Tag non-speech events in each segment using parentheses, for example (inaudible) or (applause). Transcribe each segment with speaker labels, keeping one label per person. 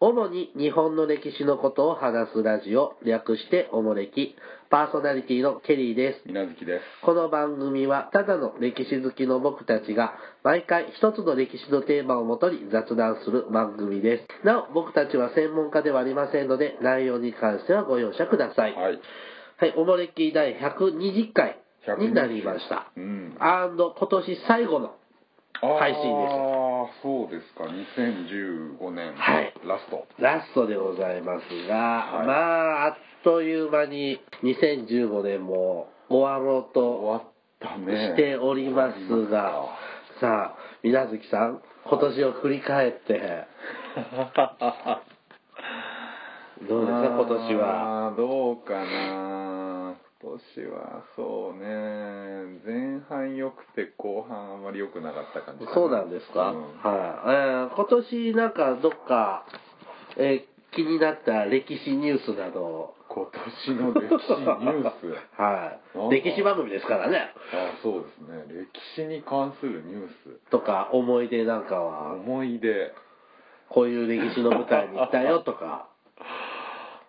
Speaker 1: 主に日本の歴史のことを話すラジオ、略しておもれき、パーソナリティのケリーです。
Speaker 2: みなずきです。
Speaker 1: この番組は、ただの歴史好きの僕たちが、毎回一つの歴史のテーマをもとに雑談する番組です。なお、僕たちは専門家ではありませんので、内容に関してはご容赦ください。はい、
Speaker 2: はい。
Speaker 1: おもれき第120回になりました。
Speaker 2: うん。
Speaker 1: アンド今年最後の、配信です
Speaker 2: ああ、そうですか。2015年、
Speaker 1: はい
Speaker 2: ラスト。
Speaker 1: ラストでございますが、
Speaker 2: はい
Speaker 1: まあ、あっという間に2015年も終わろう
Speaker 2: 終わ
Speaker 1: と
Speaker 2: ったね。
Speaker 1: しておりますが、さあ、皆月さん、今年を振り返って、 (laughs) どうですか、今年は。
Speaker 2: は。どうかな。今年は、そうね。前半良くて、後半あまり良くなかった感じか
Speaker 1: そうなんですか、
Speaker 2: うん
Speaker 1: はい、えー今年なんかどっか、えー気になった歴史ニュースなどを
Speaker 2: 今年の歴史ニュー
Speaker 1: (laughs)
Speaker 2: ス。
Speaker 1: はい
Speaker 2: なん。か
Speaker 1: 歴史番組ですからね。
Speaker 2: あそうですね歴史に関するニュース
Speaker 1: とか、思い出なんかは、
Speaker 2: 思い出
Speaker 1: こういう歴史の舞台に行ったよとか。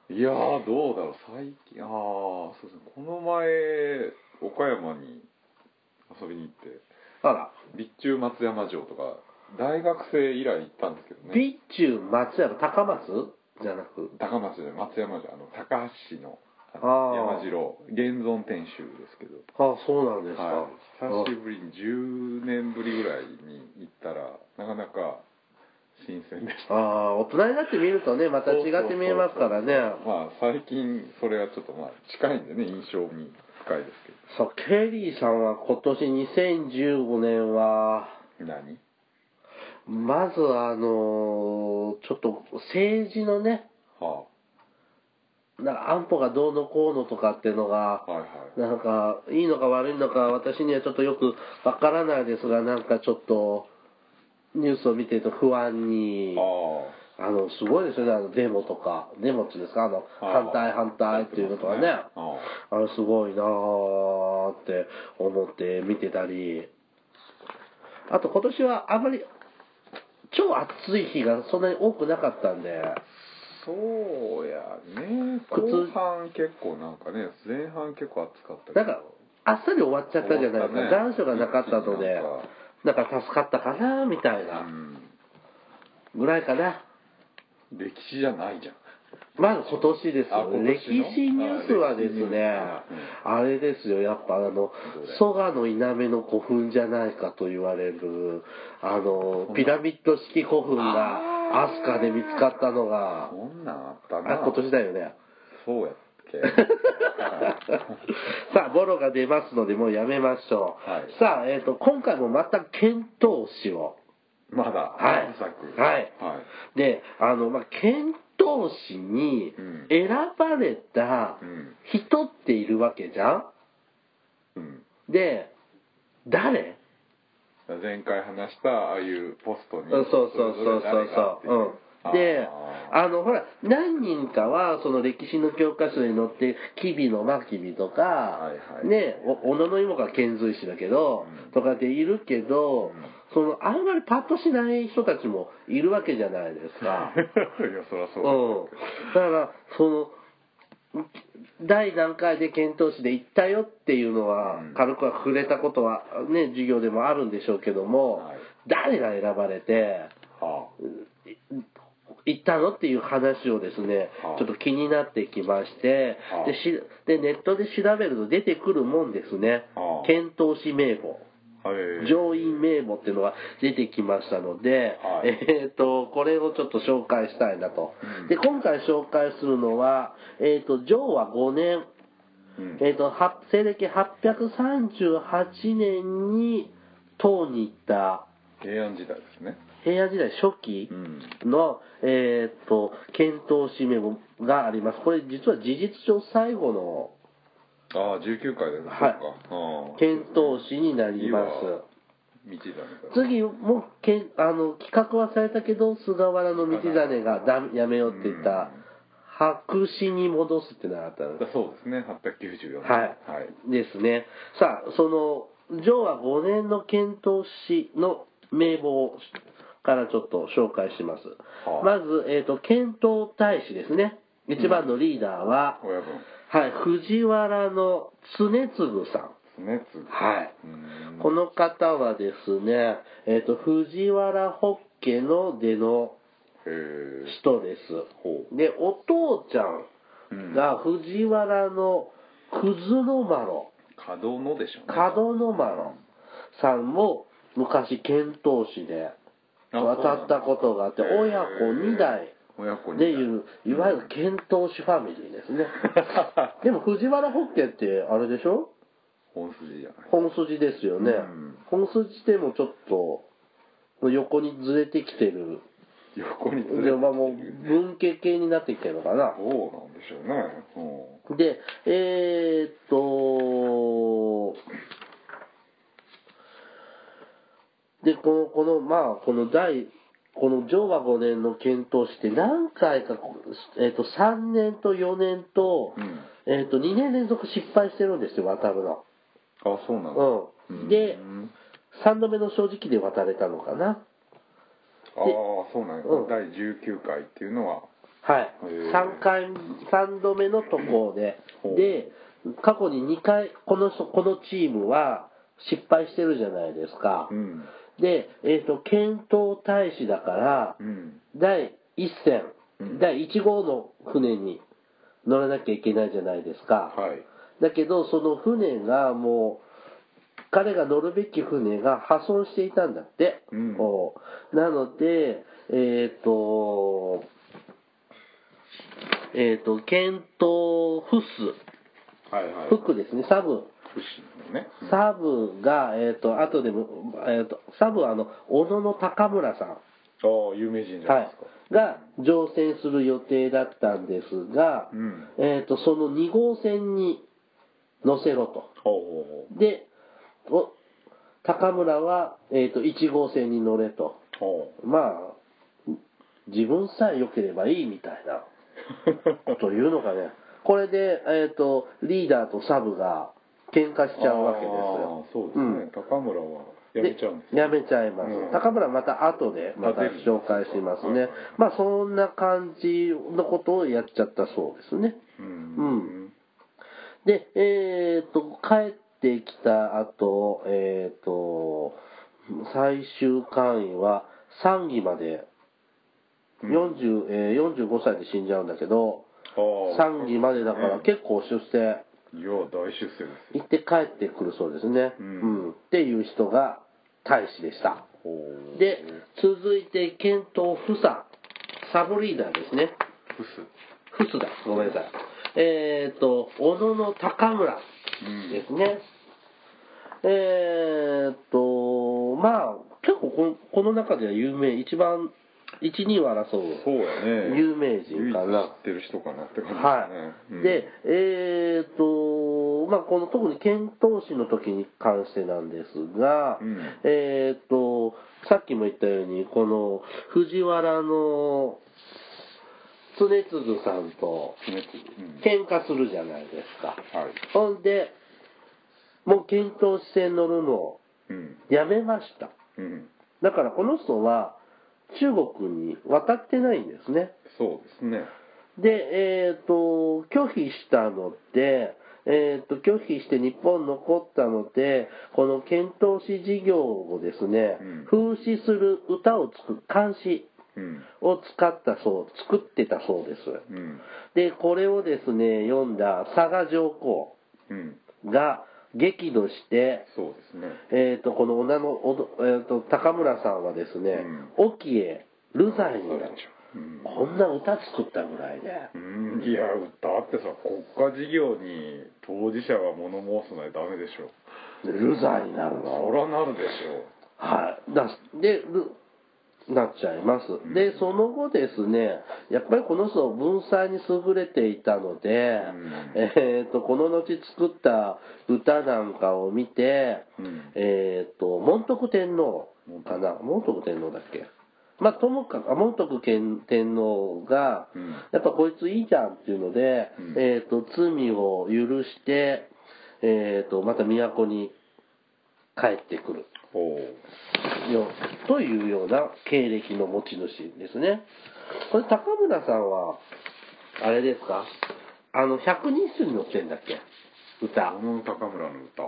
Speaker 2: いやーどうだろう最近ああそうですねこの前岡山に遊びに行って
Speaker 1: あら、
Speaker 2: 備中松山城とか大学生以来行ったんですけどね
Speaker 1: 備中松山、高松じゃなく、
Speaker 2: 高松じゃない松山城あの高橋市のあ
Speaker 1: あ
Speaker 2: の
Speaker 1: ー
Speaker 2: 山城現存天守ですけど
Speaker 1: あそうなんですか。
Speaker 2: はい、久しぶりに10年ぶりぐらいに行ったらなかなか新鮮でした
Speaker 1: ああ、大人になって見るとね、また違って見えますからね。
Speaker 2: まあ最近それはちょっとまあ近いんでね印象に深いです
Speaker 1: そう、ケリーさんは今年2015年は、
Speaker 2: けど何
Speaker 1: まずあのーちょっと政治のね、
Speaker 2: は
Speaker 1: なんか安保がどうのこうのとかっていうのが
Speaker 2: あ、はいはい
Speaker 1: なんか、いいのか悪いのか、私にはちょっとよくわからないですが、なんかちょっと、ニュースを見てると不安に、
Speaker 2: あ
Speaker 1: あの、すごいですよね、あの、デモとか、デモっていうんですか、あの、
Speaker 2: あ
Speaker 1: 反対反対っていうのとかね、
Speaker 2: やってますね
Speaker 1: あれすごいなーって思って見てたり、あと今年はあまり、超暑い日がそんなに多くなかったんで、
Speaker 2: あそうやね
Speaker 1: 普通
Speaker 2: 後半結構なんかね前半結構暑かったけ
Speaker 1: な
Speaker 2: ど
Speaker 1: んか、あっさり終わっちゃったじゃないですか、
Speaker 2: 終わったね
Speaker 1: 残暑がなかったので、なんか助かったかなみたいな。
Speaker 2: うん
Speaker 1: ぐらいかな。
Speaker 2: 歴史じゃないじゃん
Speaker 1: まず今年です
Speaker 2: あ
Speaker 1: よ。
Speaker 2: 今年の
Speaker 1: 歴史ニュースはですね、
Speaker 2: あ歴史ニュース
Speaker 1: あれですよ、やっぱあの
Speaker 2: どれ、
Speaker 1: 蘇我の稲目の古墳じゃないかと言われる、あの、ピラミッド式古墳が
Speaker 2: あー
Speaker 1: アスカで見つかったのが、
Speaker 2: そんなんあったな
Speaker 1: あ、今年だよね。
Speaker 2: そうやっけ
Speaker 1: (laughs) さあ、ボロが出ますので、もうやめましょう。
Speaker 2: はい
Speaker 1: さあ、えっ、と、今回もまた検討士を。
Speaker 2: まだ
Speaker 1: はい
Speaker 2: 原作
Speaker 1: はいで、あの、まあ、検討士に
Speaker 2: うん
Speaker 1: 選ばれた
Speaker 2: うん
Speaker 1: 人っているわけじゃん
Speaker 2: うん
Speaker 1: で、誰、
Speaker 2: 前回話したああいうポストに
Speaker 1: そうそうそうそうそう。うん、で、あの、ほら、何人かは、その歴史の教科書に載って、吉備の真備とか、
Speaker 2: はいはい
Speaker 1: ね、お小野の妹が遣隋使だけど、
Speaker 2: うん
Speaker 1: とかでいるけど、
Speaker 2: うん
Speaker 1: その、あんまりパッとしない人たちもいるわけじゃないですか。
Speaker 2: (laughs) いやそりゃ
Speaker 1: う
Speaker 2: そ
Speaker 1: ん
Speaker 2: うだ、。
Speaker 1: だから、その、第何回で遣唐使で行ったよっていうのは
Speaker 2: うん、
Speaker 1: 軽くは触れたことは、ね、授業でもあるんでしょうけども、
Speaker 2: はい
Speaker 1: 誰が選ばれて、
Speaker 2: はあ
Speaker 1: 行ったのっていう話をですね、
Speaker 2: はあ
Speaker 1: ちょっと気になってきまして、
Speaker 2: はあ
Speaker 1: でしでネットで調べると出てくるもんですね、
Speaker 2: はあ
Speaker 1: 遣唐使名簿、
Speaker 2: はい
Speaker 1: 上院名簿っていうのが出てきましたので、
Speaker 2: はい
Speaker 1: えっ、と、これをちょっと紹介したいなと。
Speaker 2: うん
Speaker 1: で、今回紹介するのは、えっ、と、上は5年、
Speaker 2: うん
Speaker 1: えっ、と、は西暦838年に唐に行った
Speaker 2: 平安時代ですね
Speaker 1: 平安時代初期、
Speaker 2: うん
Speaker 1: の、えーっと、検討使命があります。これ実は事実上最後の
Speaker 2: ああ19回だね、
Speaker 1: はい
Speaker 2: そうかああ
Speaker 1: 検討使になりま
Speaker 2: いいわ道だね
Speaker 1: す。次もけんあの企画はされたけど、菅原道真がだやめようって言った、白紙に戻すってなったんで
Speaker 2: だそうですね894
Speaker 1: す。
Speaker 2: 年
Speaker 1: はい。ですね。さあ、その、上は5年の検討使の名簿をからちょっと紹介します。
Speaker 2: は
Speaker 1: ま
Speaker 2: あ
Speaker 1: ず、えっ、と、検討大使ですね。一番のリーダーは、
Speaker 2: 親分
Speaker 1: はい、藤原の常次さん。
Speaker 2: 常次
Speaker 1: はい。
Speaker 2: うん
Speaker 1: この方はですね、えっ、と、藤原ホッケの出の
Speaker 2: へえ
Speaker 1: 人で
Speaker 2: ほ
Speaker 1: す。で、お父ちゃ
Speaker 2: うんん
Speaker 1: が藤原のくずのまろ、
Speaker 2: 角のでしょうね
Speaker 1: 角のまろさんも昔遣唐使で
Speaker 2: あそうなんだ
Speaker 1: 渡ったことがあって、
Speaker 2: へー
Speaker 1: 親子2代
Speaker 2: 親子二
Speaker 1: で
Speaker 2: 代
Speaker 1: いう、いわゆる遣唐使ファミリーです
Speaker 2: (laughs)
Speaker 1: ね。でも藤原ホッケってあれでしょ
Speaker 2: 本筋じゃない
Speaker 1: 本筋ですよね、
Speaker 2: うん
Speaker 1: 本筋でもちょっと横にずれてきてる
Speaker 2: 横に連れてきて
Speaker 1: で
Speaker 2: る
Speaker 1: まあもう文系系になってきてるのかな
Speaker 2: どうなんでしょうねほ
Speaker 1: でえー、っとでこのこのまあこの第この昭和5年の検討して何回か、えーっと3年と4年と,、
Speaker 2: うん
Speaker 1: えーっと2年連続失敗してるんですよ渡るの。
Speaker 2: うあそうなんだ
Speaker 1: うんで
Speaker 2: うん
Speaker 1: 3度目の正直で渡れたのかな。
Speaker 2: ああそうなんや
Speaker 1: うん
Speaker 2: 第19回っていうのは
Speaker 1: はい
Speaker 2: へー。
Speaker 1: 3回、三度目の渡航で
Speaker 2: ほ。う
Speaker 1: で、過去に2回、この人、このチームは失敗してるじゃないですか
Speaker 2: う。ん
Speaker 1: で、えっ、と、検討大使だから
Speaker 2: う、ん
Speaker 1: 第1戦
Speaker 2: う、ん
Speaker 1: 第1号の船に乗らなきゃいけないじゃないですか。
Speaker 2: はい
Speaker 1: だけど、その船がもう、彼が乗るべき船が破損していたんだって。
Speaker 2: うん
Speaker 1: おうなので、えっ、と、えっ、と、検討フス、
Speaker 2: はいはい
Speaker 1: フックですね、サブ。
Speaker 2: 福祉のねうん
Speaker 1: サブが、えっ、と、後でも、えっ、と、サブはあの、小野の高村さん。
Speaker 2: ああ有名人じゃない
Speaker 1: は
Speaker 2: ですか
Speaker 1: い、が乗船する予定だったんですが、
Speaker 2: うん
Speaker 1: えー、とその2号船に乗せろと。
Speaker 2: ほうほう
Speaker 1: で、お高村は、えー、と1号船に乗れと。
Speaker 2: ほうほ
Speaker 1: まあ、自分さえ良ければいいみたいなことを言うのかね。これで、えー、とリーダーとサブが喧 (laughs) 嘩しちゃうわけですよ
Speaker 2: あ。ーそうですね、
Speaker 1: ん
Speaker 2: 高村はやめちゃうんです
Speaker 1: やめちゃいます。
Speaker 2: うん
Speaker 1: 高村また後でまた
Speaker 2: あ出る
Speaker 1: 紹介します
Speaker 2: はいは
Speaker 1: ね
Speaker 2: い。
Speaker 1: まあそんな感じのことをやっちゃったそうですね。
Speaker 2: う
Speaker 1: うんで、えっ、と、帰ってきた後、えっ、と、最終会員は3期まで、
Speaker 2: う
Speaker 1: 40
Speaker 2: ん
Speaker 1: えー45歳で死んじゃうんだけど、
Speaker 2: ああ
Speaker 1: 3期までだから結構出世。
Speaker 2: いや大出世ですよ
Speaker 1: 行って帰ってくるそうですね。
Speaker 2: うん
Speaker 1: うん、っていう人が大使でした。
Speaker 2: ほう
Speaker 1: で、続いて、検討フサ、サブリーダーですね。
Speaker 2: ブ
Speaker 1: フ
Speaker 2: ス
Speaker 1: スだ、ごめんなさい。えっ、と、小野の高村ですね。えっ、と、まあ、結構このこの中では有名、一番、一、二を争。
Speaker 2: そううやね
Speaker 1: 有名人かな
Speaker 2: 唯一知ってる人かなって感じ
Speaker 1: は
Speaker 2: です
Speaker 1: い。
Speaker 2: ね、うん
Speaker 1: で、えっ、と、まあ、この特に遣唐使の時に関してなんですが、
Speaker 2: うん
Speaker 1: えっ、と、さっきも言ったように、この藤原の常次さんと
Speaker 2: 決めてるうん
Speaker 1: 喧嘩するじゃないですか。
Speaker 2: はい
Speaker 1: ほんで、もう遣唐使船乗るのを
Speaker 2: うん
Speaker 1: やめました。
Speaker 2: うん
Speaker 1: だからこの人は中国に渡ってないんですね。
Speaker 2: そうですね
Speaker 1: で、えっ、と、拒否したので、えっ、と、拒否して日本残ったので、この遣唐使事業をですね、
Speaker 2: う
Speaker 1: 風刺する歌を作る、漢詩
Speaker 2: うん
Speaker 1: を使ったそう、作ってたそうです。
Speaker 2: うん
Speaker 1: で、これをですね、読んだ佐賀上皇
Speaker 2: うん
Speaker 1: が激怒して、
Speaker 2: そうですね
Speaker 1: えっ、と、この女の、おどえー、と高村さんはですね、沖へ流罪になっちゃう。
Speaker 2: うん
Speaker 1: こんな歌作ったぐらいで。
Speaker 2: うんいやだってさ国家事業に当事者が物申すのはダメでしょ
Speaker 1: 流罪になる
Speaker 2: そ
Speaker 1: の。
Speaker 2: らなるでしょ
Speaker 1: はい。だで、ルなっちゃいます、
Speaker 2: ん
Speaker 1: で、その後ですね、やっぱりこの人、文才に優れていたので、
Speaker 2: ん
Speaker 1: えっ、と、この後作った歌なんかを見て、
Speaker 2: うん
Speaker 1: えっ、と、門徳天皇かな、門徳天皇だっけまあ、ともかく、あ門徳天皇が、
Speaker 2: うん
Speaker 1: やっぱこいついいじゃんっていうので、
Speaker 2: うん
Speaker 1: えっ、と、罪を許して、えっ、と、また都に帰ってくる。
Speaker 2: ほおー
Speaker 1: よというような経歴の持ち主ですね。これ高村さんは、あれですかあの、百人一首に載ってんだっけ歌
Speaker 2: 小。野高村の歌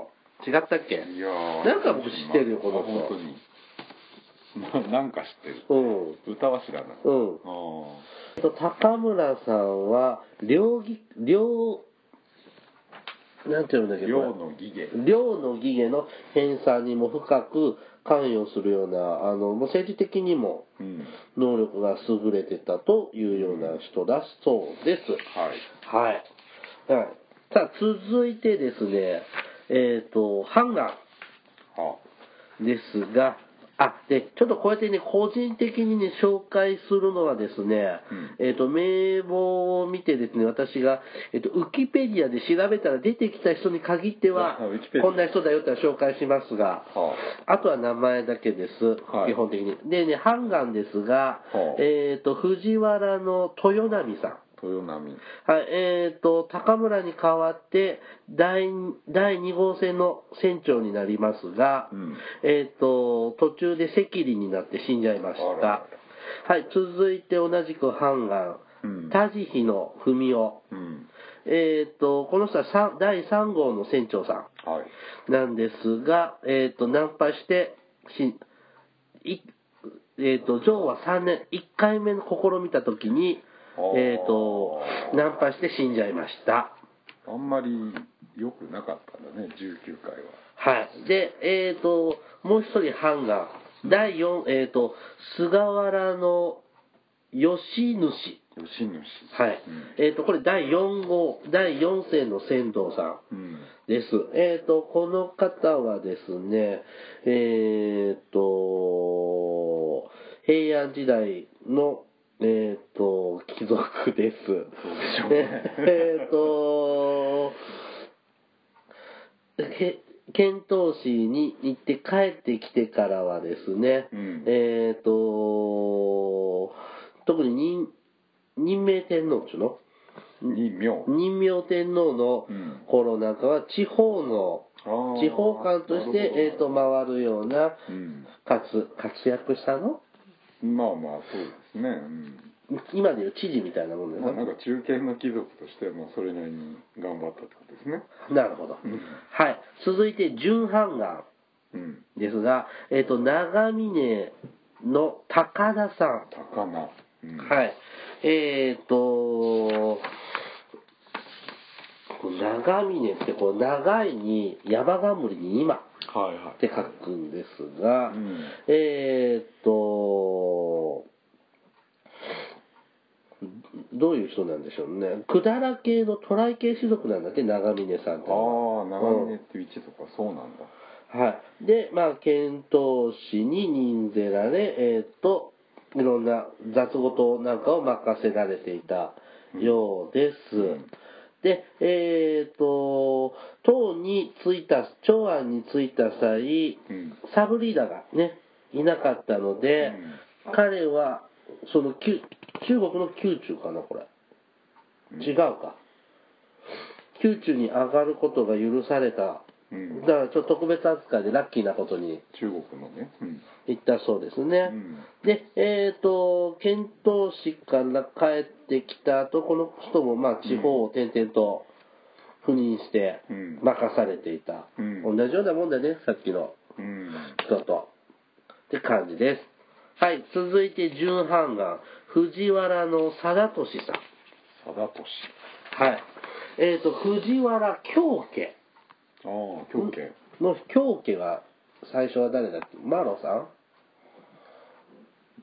Speaker 1: 違ったっけ
Speaker 2: いやー
Speaker 1: なんか僕知ってるよこの
Speaker 2: あ
Speaker 1: 人
Speaker 2: 本当にななんか知ってる
Speaker 1: うん。
Speaker 2: 歌は知らない、
Speaker 1: う
Speaker 2: あ
Speaker 1: ん。
Speaker 2: あ
Speaker 1: えっと高村さんは、両義、両、なんていうんだっけ
Speaker 2: 量
Speaker 1: ど
Speaker 2: の儀芸
Speaker 1: 寮の義芸の編纂にも深く関与するような、あの、もう政治的にも
Speaker 2: うんは
Speaker 1: 能力が優れてたというような人だそうです。
Speaker 2: い
Speaker 1: はい。はい。さあ、続いてですね、えっ、と、ハンガ
Speaker 2: あ
Speaker 1: ーですが、あ、で、ちょっとこうやってね、個人的にね、紹介するのはですね、えっ、と、名簿を見てですね、私が、えっ、と、ウィキペディアで調べたら出てきた人に限っては
Speaker 2: あウィキペデ、ィア
Speaker 1: こんな人だよってのは紹介しますが、
Speaker 2: は
Speaker 1: あとは名前だけです、
Speaker 2: はい
Speaker 1: 基本的に。でね、ハンガンですが、
Speaker 2: はあ
Speaker 1: えっ、と、藤原の豊波さん。
Speaker 2: 豊波
Speaker 1: はい、えっ、と、高村に代わって第、第2号線の船長になりますが、
Speaker 2: うん
Speaker 1: えっ、と、途中で赤痢になって死んじゃいまし
Speaker 2: あら
Speaker 1: た。はい、続いて同じく判官、
Speaker 2: うん
Speaker 1: 田地比の文夫。
Speaker 2: うん
Speaker 1: えっ、と、この人は三第3号の船長さ
Speaker 2: はい
Speaker 1: んなんですが、えっ、と、ナンパして、しいえっ、と、ジョーは3年、1回目の試みたときに、
Speaker 2: あー
Speaker 1: えっ、と、ナンパして死んじゃいました。
Speaker 2: あんまり良くなかったんだね19回は
Speaker 1: はい。で、えっ、と、もう一人ハンガー。第4、えっ、と、菅原の吉主。
Speaker 2: 吉主
Speaker 1: はい。えっ、と、これ第4号、第4世の船頭さん
Speaker 2: うん、うん、
Speaker 1: です。えっ、と、この方はですね、えっ、と、平安時代の、えっ、と、貴族です。
Speaker 2: そうでしょう
Speaker 1: ね
Speaker 2: ね
Speaker 1: (laughs) えっ、と、け遣唐使に行って帰ってきてからはですね、
Speaker 2: うん
Speaker 1: えっ、と、特に任任命天皇っちゅうの
Speaker 2: に妙
Speaker 1: 任命天皇の
Speaker 2: うん
Speaker 1: 頃なんかは地方の、
Speaker 2: あー
Speaker 1: 地方官とし
Speaker 2: な
Speaker 1: て
Speaker 2: るほ、ど
Speaker 1: えー、と回るような
Speaker 2: うん
Speaker 1: 活活躍したの
Speaker 2: まあまあそうですね、うん
Speaker 1: 今でいう知事みたいなもんです
Speaker 2: まあ、
Speaker 1: ね
Speaker 2: なんか中堅の貴族としてもそれなりに頑張ったってことですね
Speaker 1: なるほど、
Speaker 2: うん
Speaker 1: はい続いて準判官
Speaker 2: うん
Speaker 1: ですが、えっと長峰の高田さん、
Speaker 2: 高菜、うん、い
Speaker 1: はいえっ、とこう長峰ってこう長いに山冠に今
Speaker 2: はいはい
Speaker 1: って書くんですが、
Speaker 2: うん
Speaker 1: えーっと、どういう人なんでしょうね。百済系の渡来系種族なんだって、長峰さんって
Speaker 2: ああ
Speaker 1: のは
Speaker 2: 長峰っていう一族はそうなんだ、
Speaker 1: うんはい。で、まあ、遣唐使に任せられ、えーっと、いろんな雑事なんかを任せられていたようです。
Speaker 2: うん
Speaker 1: で、えーっと、唐に着いた、長安に着いた際、
Speaker 2: うん
Speaker 1: サブリーダーがね、いなかったので、彼は、その、きゅ中国の宮中かな、これ。
Speaker 2: うん
Speaker 1: 違うか。宮中に上がることが許された。
Speaker 2: うん
Speaker 1: だから、ちょっと特別扱いでラッキーなことに
Speaker 2: 中国のね、うん
Speaker 1: 行ったそうですね。
Speaker 2: うん
Speaker 1: で、えっ、と、遣唐使から帰ってきた後、この人も、まあ、地方を転々と赴任して、
Speaker 2: うん
Speaker 1: 任されていた。
Speaker 2: うん
Speaker 1: 同じようなもんだね、さっきの。
Speaker 2: うん、
Speaker 1: 人と。って感じです。はい、続いて準判官、藤原の貞俊さん。
Speaker 2: 貞俊
Speaker 1: はい。えっ、と、藤原京家
Speaker 2: ああ京家
Speaker 1: の京家は、最初は誰だっけマロさ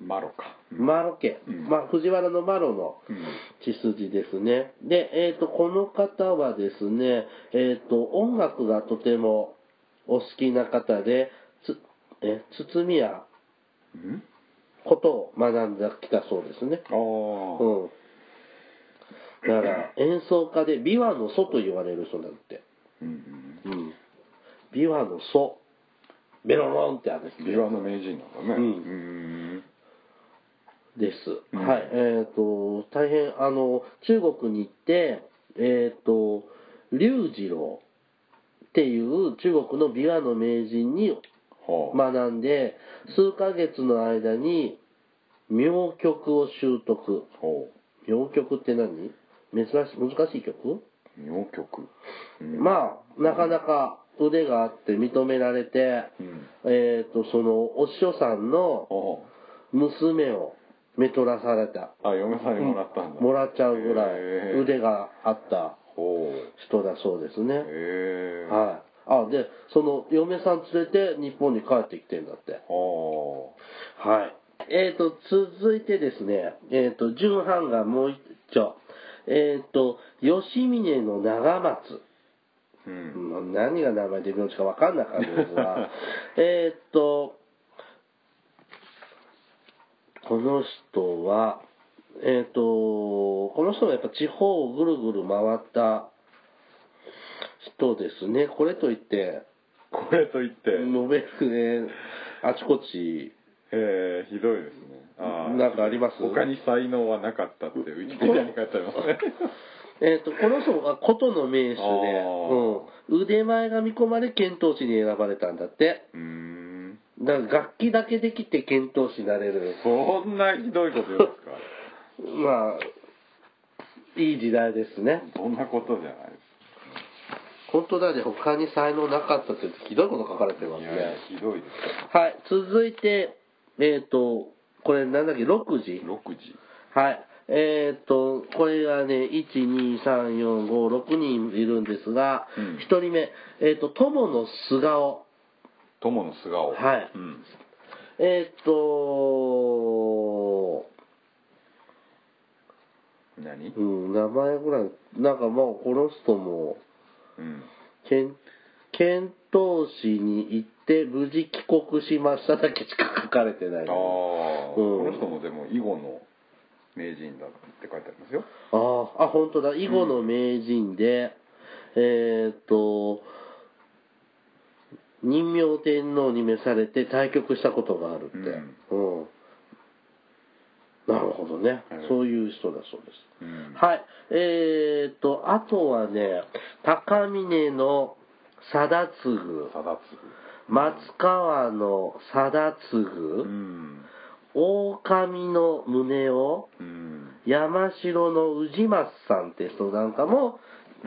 Speaker 2: マロか、
Speaker 1: ん
Speaker 2: うん
Speaker 1: マロ家。
Speaker 2: うん
Speaker 1: まあ、藤原のマロの
Speaker 2: うん
Speaker 1: 血筋ですね。で、えっ、と、この方はですね、えっ、と、音楽がとてもお好きな方で、つ、え、堤谷
Speaker 2: うん、
Speaker 1: ことを学んできたそうですね。
Speaker 2: ああ、
Speaker 1: うん。だから、演奏家で、琵琶の祖と言われる人なんて。
Speaker 2: うんうん
Speaker 1: うん。琵琶の祖。ベロロンってある
Speaker 2: 琵琶の名人なんだ
Speaker 1: う
Speaker 2: ね
Speaker 1: ん
Speaker 2: うん
Speaker 1: です。
Speaker 2: うん
Speaker 1: はい。えっ、と、大変、あの、中国に行って、えっ、と、龍次郎っていう中国の琵琶の名人に
Speaker 2: はあ、
Speaker 1: 学んで、数ヶ月の間に、妙曲を習得。
Speaker 2: ほ
Speaker 1: 妙曲って何珍し難しい曲、
Speaker 2: う妙曲、うん
Speaker 1: まあ、なかなか腕があって認められて、
Speaker 2: うん
Speaker 1: えっ、と、その、お師匠さんの
Speaker 2: は
Speaker 1: 娘をめとらされた。
Speaker 2: ああ嫁さんにもらったんだ、
Speaker 1: もらっちゃうぐら
Speaker 2: へ
Speaker 1: い
Speaker 2: え
Speaker 1: 腕があった
Speaker 2: ほう
Speaker 1: 人だそうですね。
Speaker 2: へえい
Speaker 1: はい。あ、で、その、嫁さん連れて日本に帰ってきてんだって。
Speaker 2: は
Speaker 1: はい。えー、と、続いてですね、えー、と、純版がもう一丁。えー、と、吉峰の長松。
Speaker 2: あうん
Speaker 1: もう何が名前で名字か分かんなかったです
Speaker 2: (laughs)
Speaker 1: が、えーっと、この人は、えーっと、この人はやっぱ地方をぐるぐる回った人ですね。これといって、
Speaker 2: これといって
Speaker 1: ノベルね、あちこち、
Speaker 2: えー、ひどいですねあー
Speaker 1: なんかあります
Speaker 2: 他に才能はなかったってウィキペディアに書いてありますね
Speaker 1: (laughs) えーっと、この人は琴の名手で、
Speaker 2: あー
Speaker 1: うん、腕前が見込まれ遣唐使に選ばれたんだって。
Speaker 2: うーん
Speaker 1: だから楽器だけできて遣唐使になれる。
Speaker 2: そんなひどいこと言うんですか
Speaker 1: (laughs) まあ、いい時代ですね。
Speaker 2: そんなことじゃないで
Speaker 1: 本当だね、他に才能なかったってひどいこと書かれてますす
Speaker 2: い
Speaker 1: ね。
Speaker 2: やいやひどいです
Speaker 1: はい、続いて、えっ、と、これなんだっけ、6時
Speaker 2: 6時
Speaker 1: はい。えっ、と、これがね、1、2、3、4、5、6人いるんですが、
Speaker 2: うん
Speaker 1: 一1人目、えっ、と、友の素顔。
Speaker 2: 友の素顔
Speaker 1: はい
Speaker 2: うん、
Speaker 1: えっ、と、
Speaker 2: 何う
Speaker 1: うん、名前ぐらい、なんかまあ、この人も、
Speaker 2: ん
Speaker 1: 遣遣唐使に行って無事帰国しましただけしか書かれてな
Speaker 2: あ
Speaker 1: い
Speaker 2: あ、
Speaker 1: あ
Speaker 2: この人もでも囲碁の名人だって書いてありますよ
Speaker 1: あーあ本当だ囲碁の名人で、えーっと任明天皇に召されて対局したことがあるって、うんなるほどね、
Speaker 2: はい
Speaker 1: そういう人だそうです、
Speaker 2: うん
Speaker 1: はいえーっとあとはね高峰の貞次
Speaker 2: 貞
Speaker 1: 松川の貞次、
Speaker 2: 次うん
Speaker 1: 狼の胸を
Speaker 2: うん
Speaker 1: 山城の氏松さんって人なんかも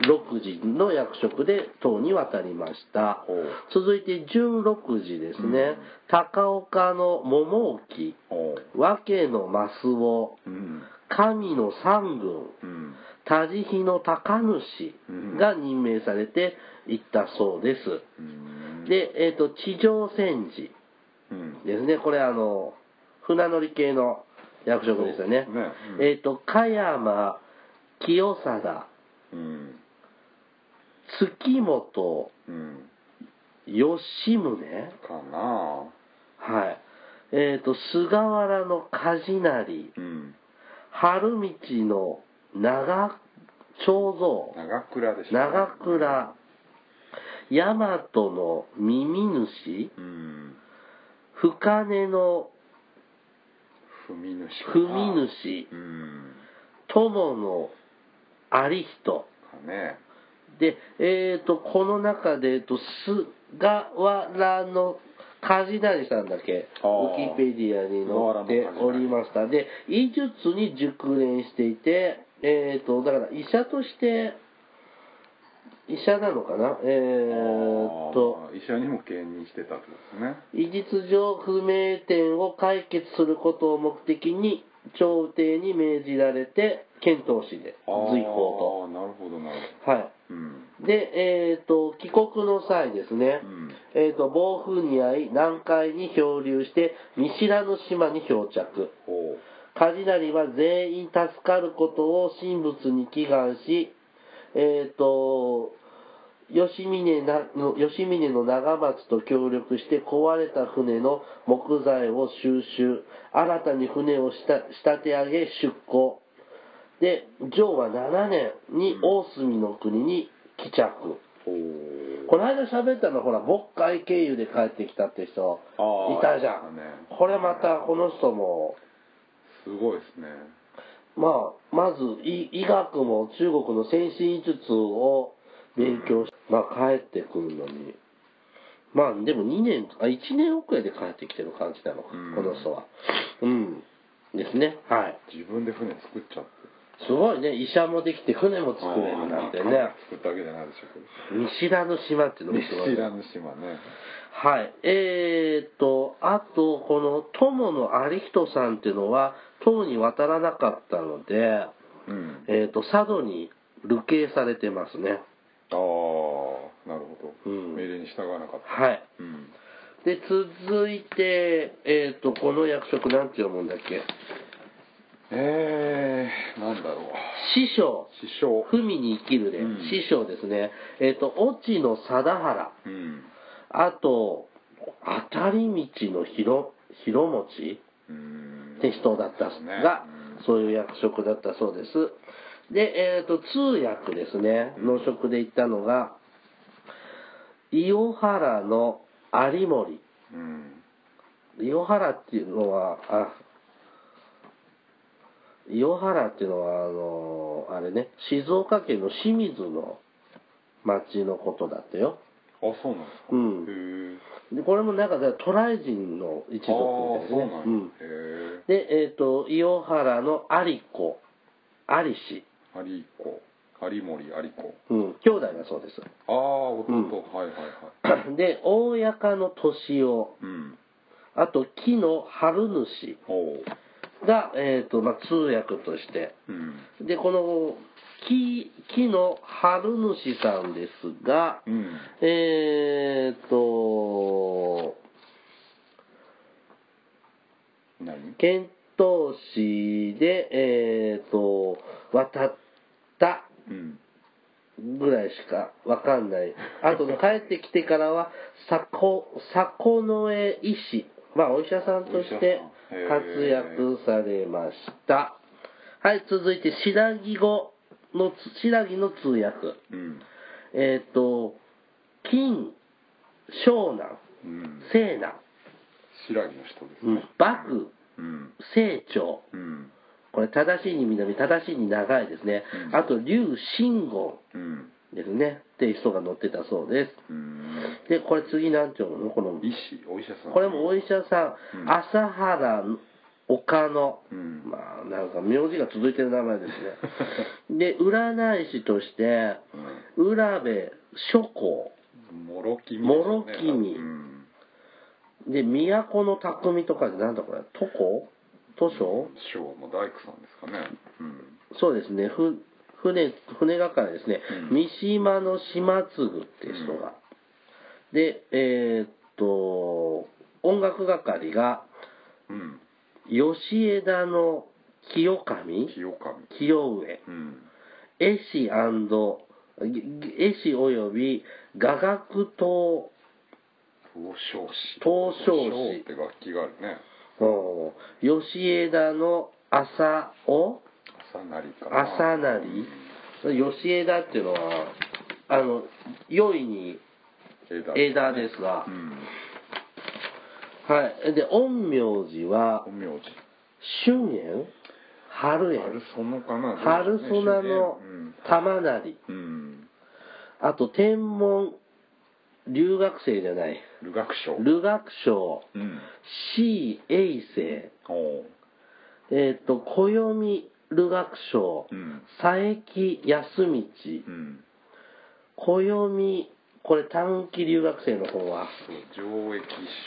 Speaker 1: 六時の役職で党に渡りました
Speaker 2: ほう
Speaker 1: 続いて十六時ですね、
Speaker 2: うん
Speaker 1: 高岡の桃置
Speaker 2: ほ
Speaker 1: 和家のマスオ
Speaker 2: ううん
Speaker 1: 神の三軍
Speaker 2: うん
Speaker 1: 田地比の高主が任命されていったそうです、
Speaker 2: うん
Speaker 1: で、えー、と地上戦時
Speaker 2: うん
Speaker 1: ですね、これあの、船乗り系の役職ですよね。
Speaker 2: そうですねうん
Speaker 1: えっ、と、加山、清貞、
Speaker 2: うん
Speaker 1: 月本、
Speaker 2: うん
Speaker 1: 吉宗、
Speaker 2: かな
Speaker 1: はい。えっ、と、菅原の梶成、
Speaker 2: うん
Speaker 1: 春道の長、長
Speaker 2: 長倉でし
Speaker 1: 蔵、
Speaker 2: ょ
Speaker 1: 長倉、大和の耳主、
Speaker 2: うん
Speaker 1: 深根の
Speaker 2: 踏み主か
Speaker 1: 踏み主、
Speaker 2: うん
Speaker 1: 友の有人、
Speaker 2: かね
Speaker 1: で、えー、とこの中で、えー、と菅原の梶谷さんだけウ
Speaker 2: あー
Speaker 1: ィキペディアに載っておりましたで医術に熟練していて、えー、とだから医者として医者なのかなえー、と
Speaker 2: あー医者にも兼任してたってことですね
Speaker 1: 医術上不明点を解決することを目的に朝廷に命じられて遣唐使で随行
Speaker 2: ああなるほどなるほ
Speaker 1: と。はい
Speaker 2: どうん
Speaker 1: で、えー、と帰国の際ですね、
Speaker 2: うん
Speaker 1: えー、と暴風に遭い南海に漂流して見知らぬ島に漂着
Speaker 2: ほ
Speaker 1: 梶成は全員助かることを神仏に祈願し、えー、と吉峰なの吉峰の長松と協力して壊れた船の木材を収集新たに船をした仕立て上げ出港で城は7年に大隅の国に帰着、
Speaker 2: うほう
Speaker 1: この間喋ったのほら、渤海経由で帰ってきたって人、
Speaker 2: あー
Speaker 1: いたじゃん。
Speaker 2: ね
Speaker 1: これまた、この人も、
Speaker 2: すごいですね
Speaker 1: まあ、まず医、医学も中国の先進医術を勉強し、まあ、帰ってくるのに、まあでも2年あ1年遅れで帰ってきてる感じなのか、
Speaker 2: うん
Speaker 1: この人はうんですねはい
Speaker 2: 自分で船作っちゃって
Speaker 1: すごいね医者もできて船も作れるなんてね
Speaker 2: 作ったわけじゃないでしょこ
Speaker 1: 見知らぬ島っていうの
Speaker 2: れ
Speaker 1: もすごいね
Speaker 2: 見知らぬ島ね
Speaker 1: はい。えーっと、あと、この友野有人さんっていうのは、唐に渡らなかったので、
Speaker 2: うん
Speaker 1: えーっと、佐渡に流刑されてますね。
Speaker 2: ああなるほど、
Speaker 1: うん
Speaker 2: 命令に従わなかった、
Speaker 1: はい。
Speaker 2: うん、
Speaker 1: で、続いて、えーっと、この役職なんて読むんだっけ
Speaker 2: えー、なんだろう
Speaker 1: 師匠。
Speaker 2: 師匠
Speaker 1: 文に生きるで、
Speaker 2: うん
Speaker 1: 師匠ですね。えーっと、越智の貞原。
Speaker 2: うん、
Speaker 1: あと、当たり道の広、広持
Speaker 2: うん、
Speaker 1: って人だったが、
Speaker 2: ね
Speaker 1: そういう役職だったそうです。で、えっ、と、通訳ですね、の職で行ったのが、伊予原の有森。
Speaker 2: うん、うん
Speaker 1: 伊予原っていうのは、あ、伊予原っていうのは、あの、あれね、静岡県の清水の町のことだったよ。
Speaker 2: あそうなんですか、
Speaker 1: うん
Speaker 2: へえ
Speaker 1: でこれもなんか、渡来人の一族
Speaker 2: ああ
Speaker 1: みたい
Speaker 2: そう
Speaker 1: な
Speaker 2: な
Speaker 1: ね
Speaker 2: んや、。
Speaker 1: うん
Speaker 2: へえ
Speaker 1: で、えっ、と、伊予原の有子、有氏、
Speaker 2: 有子有森有子
Speaker 1: うん、兄弟がそうです。
Speaker 2: ああ弟、
Speaker 1: うん
Speaker 2: はいはいはい
Speaker 1: で、大家の敏夫、
Speaker 2: うん
Speaker 1: あと木の春主
Speaker 2: おう
Speaker 1: が、えっ、と、まあ、通訳として。
Speaker 2: うん
Speaker 1: で、この木、木の春主さんですが、
Speaker 2: うん
Speaker 1: えっ、と、
Speaker 2: 何
Speaker 1: 遣唐使で、えっ、と、渡った
Speaker 2: うん
Speaker 1: ぐらいしかわかんない。あとね、帰ってきてからは、さこ、さこのえ医師。まあ、お医者さんとして活躍されました。はい、続いて、白木語のつ、白木の通訳。
Speaker 2: うん
Speaker 1: えっ、と、金、湘南、
Speaker 2: うん
Speaker 1: 西南、
Speaker 2: 白木の人で
Speaker 1: う
Speaker 2: すね
Speaker 1: ん幕、
Speaker 2: うん
Speaker 1: 清張。
Speaker 2: うん
Speaker 1: これ、正しいに南、正しいに長いですね。
Speaker 2: うん
Speaker 1: あと、龍真言
Speaker 2: うん
Speaker 1: ですね。っていう人が載ってたそうです。
Speaker 2: うん
Speaker 1: で、これ次なんて読むのこの、
Speaker 2: 医師お医者さん
Speaker 1: これもお医者さん、
Speaker 2: うん
Speaker 1: 朝原岡野。
Speaker 2: うん
Speaker 1: まあ、なんか名字が続いてる名前です
Speaker 2: (laughs)
Speaker 1: ね。で、占い師として、浦部諸公。
Speaker 2: うんもろきみ
Speaker 1: もろきみ
Speaker 2: うん
Speaker 1: で、都の匠とかでなんだこれ、都古都所
Speaker 2: 師匠も大工さんですかねうん
Speaker 1: そうですね、ふ船、船係ですね、
Speaker 2: うん
Speaker 1: 三島の島継って人が。で、えーっと、音楽係が、
Speaker 2: うん
Speaker 1: 吉枝の清上
Speaker 2: 清上
Speaker 1: 清上
Speaker 2: うん
Speaker 1: 絵師絵師および雅楽刀
Speaker 2: 東照師
Speaker 1: 東照
Speaker 2: 東
Speaker 1: 師
Speaker 2: って楽器があるね
Speaker 1: おー吉枝の朝尾
Speaker 2: 朝なりかな
Speaker 1: 朝なり吉枝っていうのはあの良いに
Speaker 2: 枝
Speaker 1: 枝ですが
Speaker 2: う、ん
Speaker 1: はいで陰陽師は
Speaker 2: 本名字
Speaker 1: 春園春
Speaker 2: 春
Speaker 1: 園
Speaker 2: 園かな
Speaker 1: 春園の
Speaker 2: うん
Speaker 1: 玉なり
Speaker 2: うん
Speaker 1: あと天文留学生じゃない
Speaker 2: 留学賞
Speaker 1: 留学賞
Speaker 2: うん
Speaker 1: C 衛星
Speaker 2: おう
Speaker 1: えっ、と暦留学賞
Speaker 2: うん
Speaker 1: 佐伯康道
Speaker 2: うん
Speaker 1: 暦これ短期留学生の方は
Speaker 2: そう上益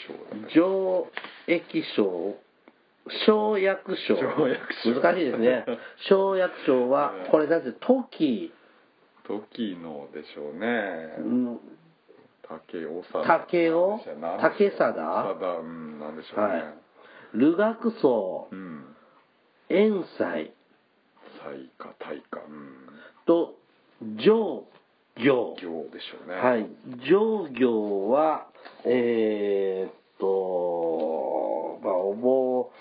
Speaker 2: 賞だね
Speaker 1: 上役賞生薬賞
Speaker 2: 生薬賞
Speaker 1: 難しいです
Speaker 2: (laughs)
Speaker 1: ね生薬賞は
Speaker 2: うん
Speaker 1: これだって時
Speaker 2: 時のでしょうね、
Speaker 1: うん
Speaker 2: 竹尾さ
Speaker 1: 竹を竹
Speaker 2: た
Speaker 1: 貞
Speaker 2: だうんなんでしょうね、
Speaker 1: はい留学層
Speaker 2: うん
Speaker 1: 遠斎
Speaker 2: 才か大かうん
Speaker 1: と上行
Speaker 2: 行でしょうね
Speaker 1: はい、上行は、えーっと、まあ、お坊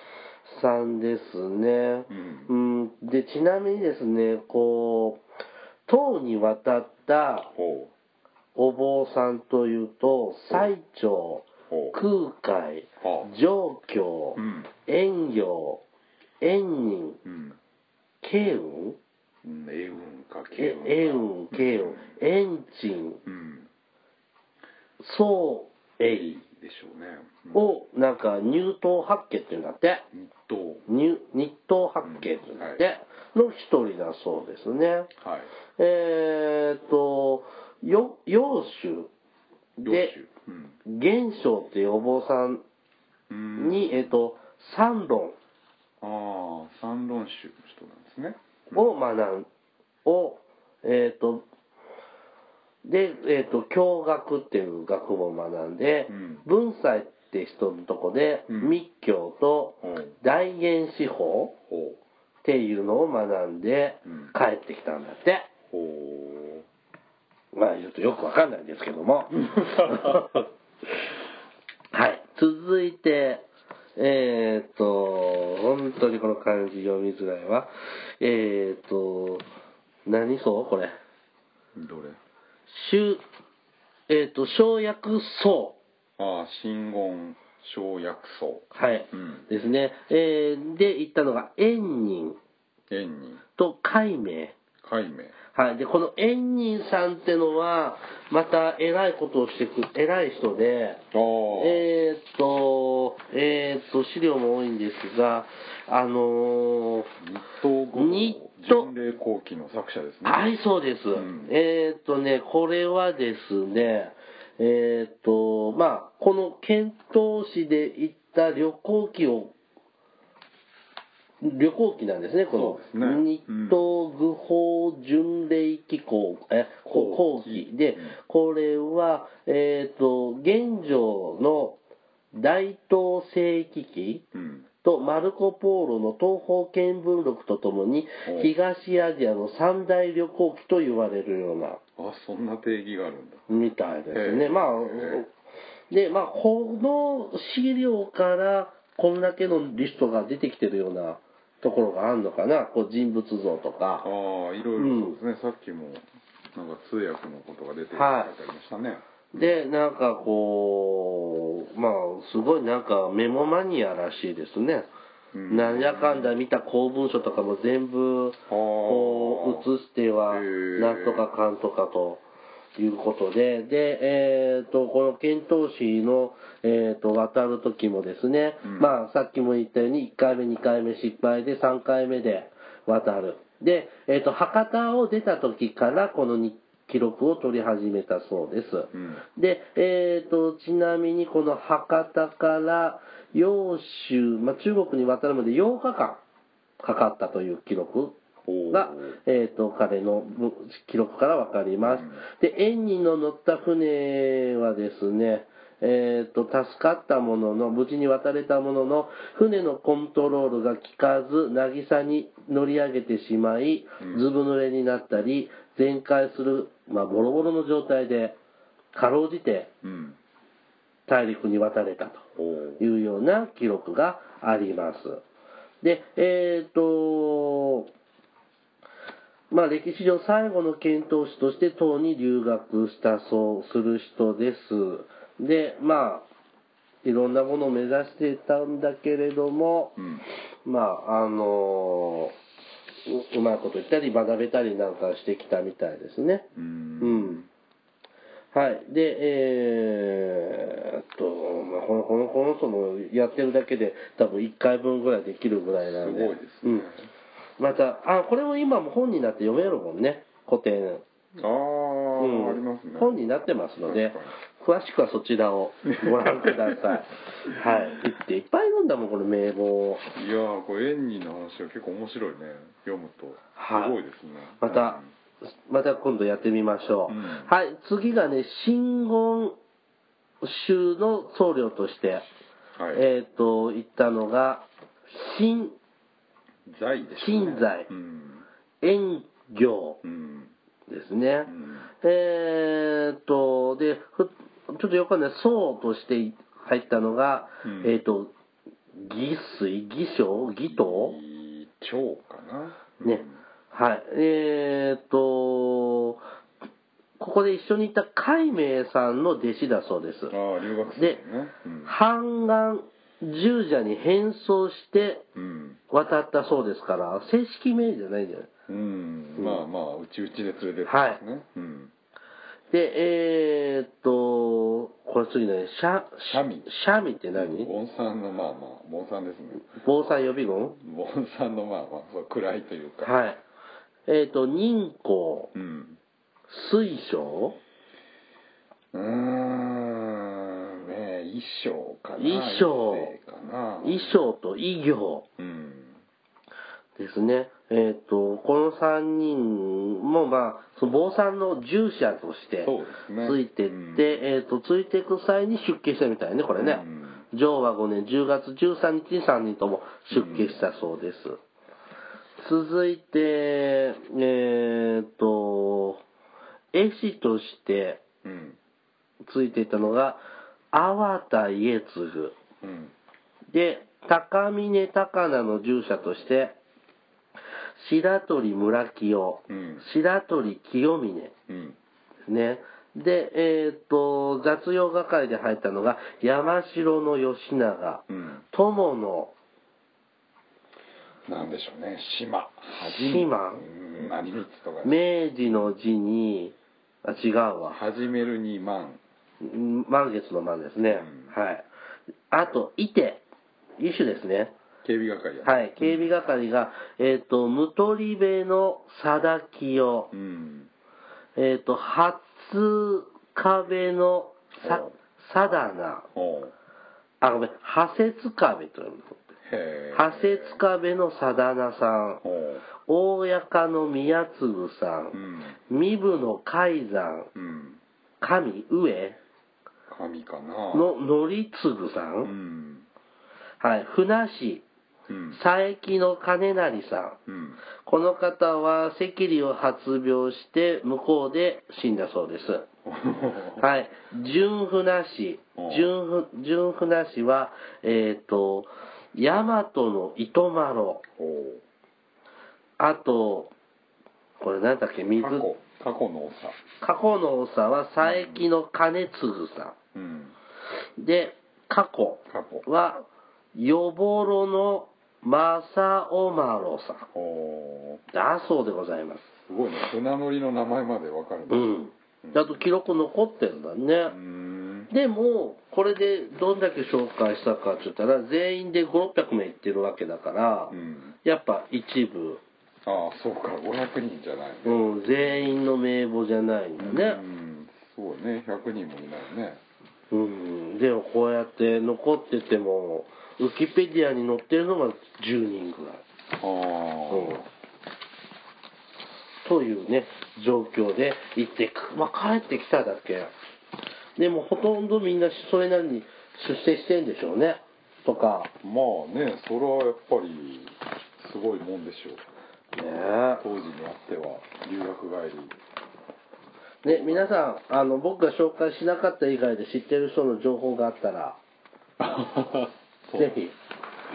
Speaker 1: さんですね。
Speaker 2: う
Speaker 1: うん、で、ちなみにですね、こう、唐に渡った
Speaker 2: ほ
Speaker 1: お坊さんというと、最澄、
Speaker 2: うほう
Speaker 1: 空海、
Speaker 2: は
Speaker 1: 上京
Speaker 2: う、ん
Speaker 1: 遠行、遠人、
Speaker 2: うん
Speaker 1: 慶雲、
Speaker 2: うん英運か慶
Speaker 1: え
Speaker 2: 運
Speaker 1: 遠
Speaker 2: か
Speaker 1: 雲、慶雲、遠鎮、
Speaker 2: うん
Speaker 1: 宋エ
Speaker 2: い
Speaker 1: イ
Speaker 2: でしょうね。うん
Speaker 1: を、なんか、乳頭八景っていうんだって。
Speaker 2: 日東。
Speaker 1: 乳日頭八景っていうんだって。の一人だそうですね。
Speaker 2: はい。
Speaker 1: えーっと、よ、陽州
Speaker 2: 領
Speaker 1: で、
Speaker 2: 主。うん
Speaker 1: 元正っていうお坊さん
Speaker 2: うん。
Speaker 1: に、えーっと、三論
Speaker 2: ああ、三論主の人なんですね。
Speaker 1: を学ん、を、えーっと、で、えーっと、教学っていう学問を学んで、
Speaker 2: うん
Speaker 1: 文才って人のとこで、
Speaker 2: うん
Speaker 1: 密教と
Speaker 2: ほう。
Speaker 1: 大元四法
Speaker 2: ほ
Speaker 1: っていうのを学んで
Speaker 2: うん
Speaker 1: 帰ってきたんだって。
Speaker 2: う。ほう。
Speaker 1: まあ、ちょっとよくわかんないんですけど (laughs) も。はい。続いて、えーっと、本当にこの漢字読みづらいわ。えーっと、何そうこれ。
Speaker 2: どれ
Speaker 1: しゅ、えーっと、生薬草。
Speaker 2: ああ、真言、小薬草。
Speaker 1: はい。
Speaker 2: うん
Speaker 1: ですね。えーで、言ったのが、円人
Speaker 2: 縁に、
Speaker 1: と解明。
Speaker 2: 解明。
Speaker 1: はい。で、この円人さんってのは、また偉いことをしてく、偉い人で、
Speaker 2: ああ。
Speaker 1: えーっと、えーっと、資料も多いんですが、あのー
Speaker 2: 日東語
Speaker 1: 日
Speaker 2: 人霊後期の作者ですね。
Speaker 1: はい、そうです。
Speaker 2: うん
Speaker 1: えーっとね、これはですね、えーっと、まあ、この遣唐使で行った旅行記を、旅行記なんですね、こ
Speaker 2: そうです
Speaker 1: の、
Speaker 2: ね
Speaker 1: 日東愚法巡礼機構、え、後
Speaker 2: 後
Speaker 1: 期
Speaker 2: 期
Speaker 1: で
Speaker 2: うん、
Speaker 1: これは、えーっと、現状の大東世紀記
Speaker 2: うん。
Speaker 1: とマルコ・ポーロの東方見聞録とともに
Speaker 2: お
Speaker 1: 東アジアの三大旅行記と言われるような
Speaker 2: あ、そんな定義があるんだ。
Speaker 1: みたいです
Speaker 2: へ
Speaker 1: ね。
Speaker 2: え
Speaker 1: まあ
Speaker 2: へ、
Speaker 1: で、まあ、この資料からこんだけのリストが出てきてるようなところがあるのかな。こう人物像と
Speaker 2: あ
Speaker 1: か。
Speaker 2: あ、いろいろそうですね。さっきも、なんか通訳のことが出てきてありましたね。
Speaker 1: で、なんかこう、まあ、すごいなんかメモマニアらしいですね。
Speaker 2: うん
Speaker 1: なんやかんだ見た公文書とかも全部、
Speaker 2: あー
Speaker 1: こう、写しては、
Speaker 2: へー
Speaker 1: なんとかかんとかということで、で、えっ、と、この遣唐使の、えっ、と、渡る時もですね、
Speaker 2: うん
Speaker 1: まあ、さっきも言ったように、1回目、2回目失敗で、3回目で渡る。で、えっ、と、博多を出た時から、この日記録を取り始めたそうです。
Speaker 2: うん。
Speaker 1: で、えー、とちなみにこの博多から揚州、まあ、中国に渡るまで8日間かかったという記録
Speaker 2: ほう。
Speaker 1: が、えー、と彼のぶ記録から分かります。
Speaker 2: うん
Speaker 1: で、縁にの乗った船はですね、えー、と助かったものの、無事に渡れたものの、船のコントロールが効かず、渚に乗り上げてしまい、
Speaker 2: うん
Speaker 1: ずぶ濡れになったり、全壊する、まあ、ボロボロの状態で、かろうじて
Speaker 2: うん。
Speaker 1: 大陸に渡れたと。
Speaker 2: ほ
Speaker 1: と
Speaker 2: う。
Speaker 1: いうような記録があります。で、えっ、と、まあ歴史上最後の遣唐使として唐に留学したそうする人です。で、まあ、いろんなものを目指していたんだけれども、
Speaker 2: うん。
Speaker 1: まあ、あのう、うまいこと言ったり学べたりなんかしてきたみたいですね。
Speaker 2: う
Speaker 1: うん
Speaker 2: ん。
Speaker 1: はい。で、えーっと、まあ、この、この、この人のやってるだけで多分1回分ぐらいできるぐらいなんで。
Speaker 2: すごいですね
Speaker 1: うん。また、あ、これも今も本になって読めるもんね。古典。
Speaker 2: ああ、
Speaker 1: うん
Speaker 2: ありますね。
Speaker 1: 本になってますので
Speaker 2: 確
Speaker 1: 詳
Speaker 2: か、
Speaker 1: しくはそちらをご覧くださ
Speaker 2: (laughs)
Speaker 1: い。はい。いっていっぱい読んだもん、これ名簿を。
Speaker 2: にいやー、これ、縁にの話は結構面白いね。読むと。
Speaker 1: はい
Speaker 2: すごいですね。
Speaker 1: また、また今度やってみましょう。
Speaker 2: うん
Speaker 1: はい、次がね、真言宗の僧侶として、
Speaker 2: うんはい。
Speaker 1: えっ、と、言ったのが、新、
Speaker 2: 財ですね。
Speaker 1: 新財
Speaker 2: うん。
Speaker 1: 縁行
Speaker 2: うん。
Speaker 1: ですね。
Speaker 2: うん
Speaker 1: えっ、と、で、ふちょっとよくわかんない、僧として入ったのが、
Speaker 2: うん
Speaker 1: えっ、と、義水、義章、義道
Speaker 2: いい蝶かな。
Speaker 1: ね。はい。えーっと、ここで一緒に行った海明さんの弟子だそうです
Speaker 2: うん。ああ、留学生
Speaker 1: で
Speaker 2: ね。うん。
Speaker 1: 半岸従者に変装して
Speaker 2: うん。
Speaker 1: 渡ったそうですから、正式名じゃないんじゃない
Speaker 2: うん。まあまあ、うちうちで連れてって
Speaker 1: はい
Speaker 2: ね。うん。
Speaker 1: で、えー、っと、これ次ね、シャ、
Speaker 2: シャミ
Speaker 1: シャミって何
Speaker 2: ボンさんのまあまあボンさんですね
Speaker 1: 防災予備軍
Speaker 2: ボンさんのまあまあそう暗いというか
Speaker 1: はい。えー、っと、任光、
Speaker 2: うん
Speaker 1: 水晶
Speaker 2: うーんねえ衣装かな
Speaker 1: 衣装
Speaker 2: 一世かな
Speaker 1: 衣装と異業
Speaker 2: うん
Speaker 1: ですね。えー、っと、この3人も、まあ、その坊さんの従者として
Speaker 2: そうですね
Speaker 1: ついてって、
Speaker 2: うん
Speaker 1: えー、っと、ついていく際に出家したみたいね、これね。昭和5年10月13日に3人とも出家したそうです。続いて、えー、っと、絵師として
Speaker 2: うんうん
Speaker 1: ついていたのが、阿波田家継。
Speaker 2: うん
Speaker 1: で、高峰高菜の従者として、白鳥村清、
Speaker 2: うん
Speaker 1: 白鳥清峰で
Speaker 2: うん
Speaker 1: すね。で、えーっと、雑用係で入ったのが、山城の吉永、
Speaker 2: うん
Speaker 1: 友の
Speaker 2: なんでしょうね島
Speaker 1: 島
Speaker 2: うん何三つとか
Speaker 1: 明治の字に、あ、違うわ。
Speaker 2: 始める2万
Speaker 1: うん満月の満ですね。
Speaker 2: うん
Speaker 1: はい。あと、いて、一種ですね。
Speaker 2: 警備係や
Speaker 1: はい。警備係が、えーっと、無取部の貞清。
Speaker 2: うん
Speaker 1: えっ、と、初壁のさ
Speaker 2: おう、
Speaker 1: さだな、
Speaker 2: ほう
Speaker 1: あ、ごめん、破節壁と呼ぶ。
Speaker 2: へえ
Speaker 1: 破節壁のさだなさん、
Speaker 2: ほ
Speaker 1: 大かの宮継さ、
Speaker 2: うんうん
Speaker 1: 身分の海山、
Speaker 2: うん
Speaker 1: 神上
Speaker 2: 神かな
Speaker 1: の則次さ、
Speaker 2: うんん
Speaker 1: はい、船市、
Speaker 2: うん
Speaker 1: 佐伯の金成さん、
Speaker 2: うん
Speaker 1: この方は赤痢を発病して向こうで死んだそうです。
Speaker 2: は
Speaker 1: はい。純船氏
Speaker 2: うん。
Speaker 1: 純ふ純船氏は、えっ、と、大和の糸丸。
Speaker 2: お
Speaker 1: あと、これなんだっけ、水。
Speaker 2: 過去過去のおさ
Speaker 1: 過去の長は佐伯の金継さ
Speaker 2: うん
Speaker 1: ん。で、過去
Speaker 2: 過去
Speaker 1: は、よぼろの正おまろさん。
Speaker 2: お
Speaker 1: だそうでございます。
Speaker 2: すごいね船乗りの名前までわかるね
Speaker 1: うん。あと記録残ってるんだね。
Speaker 2: うーん
Speaker 1: でも、これでどんだけ紹介したかって言ったら、全員で5、600名いってるわけだから、
Speaker 2: うん
Speaker 1: やっぱ一部、
Speaker 2: ああそうか500人じゃないね
Speaker 1: うん、全員の名簿じゃないんだ
Speaker 2: う
Speaker 1: ね。
Speaker 2: んすごいね100人もいないね
Speaker 1: うん、でもこうやって残ってても、ウィキペディアに載ってるのが10人ぐらい。
Speaker 2: ああ
Speaker 1: うんというね、状況で行ってく、まあ、帰ってきただけ。でもほとんどみんなそれなりに出世してんでしょうね。とか、
Speaker 2: まあねそれはやっぱりすごいもんでしょう
Speaker 1: ね
Speaker 2: 当時にあっては留学
Speaker 1: (laughs)
Speaker 2: 帰り
Speaker 1: ね、皆さん、あの、僕が紹介しなかった以外で知ってる人の情報があったら、
Speaker 2: そう
Speaker 1: ぜひ、 (laughs)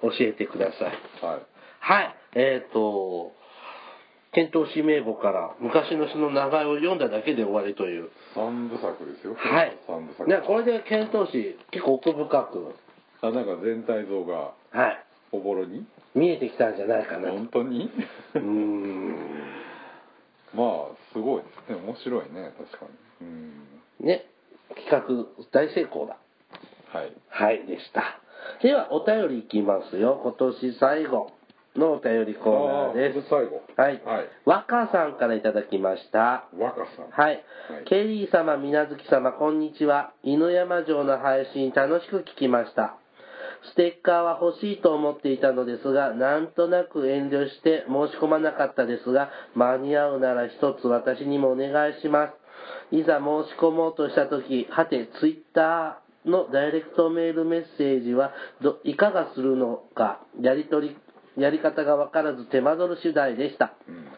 Speaker 1: 教えてください。
Speaker 2: はい
Speaker 1: はい、えっ、と、検討指名簿から昔の人の名前を読んだだけで終わりという。
Speaker 2: 三部作ですよ
Speaker 1: はい
Speaker 2: 三部。作
Speaker 1: ね、これで検討士、結構奥深く、
Speaker 2: あなんか全体像が
Speaker 1: はい、
Speaker 2: おぼろに
Speaker 1: 見えてきたんじゃないかなと。
Speaker 2: 本当に
Speaker 1: うーん。
Speaker 2: (laughs) まあすごいですね面白いね確かにうん
Speaker 1: ね、企画大成功だ。
Speaker 2: はい
Speaker 1: はい、でした。では、お便りいきますよ。今年最後のお便りコーナー
Speaker 2: あ
Speaker 1: で
Speaker 2: これ最後
Speaker 1: す。はい。
Speaker 2: はい
Speaker 1: 若さんからいただきました。
Speaker 2: 若さん
Speaker 1: はい。
Speaker 2: はい
Speaker 1: ケリー様、みなずき様、こんにちは。犬山城の配信楽しく聞きました。ステッカーは欲しいと思っていたのですが、なんとなく遠慮して申し込まなかったですが、間に合うなら一つ私にもお願いします。いざ申し込もうとしたとき、はて、ツイッターのダイレクトメールメッセージはど、いかがするのか、やりとり、やり方がわからず手間取る次第でした。
Speaker 2: うん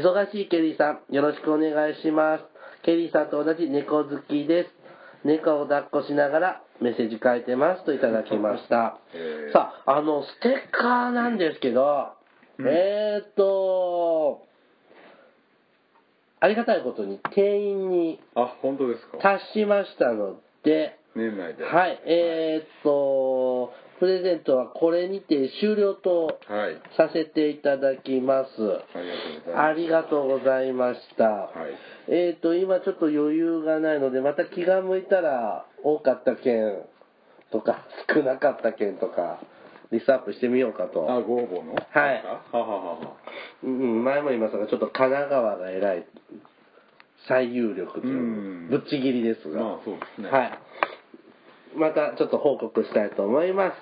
Speaker 1: 忙しいケリーさん、よろしくお願いします。ケリーさんと同じ猫好きです。猫を抱っこしながらメッセージ書いてますといただきました。
Speaker 2: えー
Speaker 1: さあ、あの、ステッカーなんですけど、
Speaker 2: うん
Speaker 1: えーっと、ありがたいことに定員に
Speaker 2: あ本当ですか
Speaker 1: 達しましたので、
Speaker 2: 年内で
Speaker 1: はい、えーっと、プレゼントはこれにて終了と
Speaker 2: はい。
Speaker 1: させていただきます。
Speaker 2: ありがと
Speaker 1: あり
Speaker 2: うございます。
Speaker 1: がとうございました。
Speaker 2: はい。
Speaker 1: えっ、と、今ちょっと余裕がないので、また気が向いたら、多かった件とか、 (laughs) 少なかった件とか、リストアップしてみようか
Speaker 2: あ、
Speaker 1: と。
Speaker 2: ご応募のはいはははは。
Speaker 1: うんうん、前も言いましたが、ちょっと神奈川が偉い、最有力というう、
Speaker 2: ん
Speaker 1: ぶっちぎりですが、
Speaker 2: まあそうですね。
Speaker 1: は
Speaker 2: はい。
Speaker 1: い。またちょっと報告したいと思います。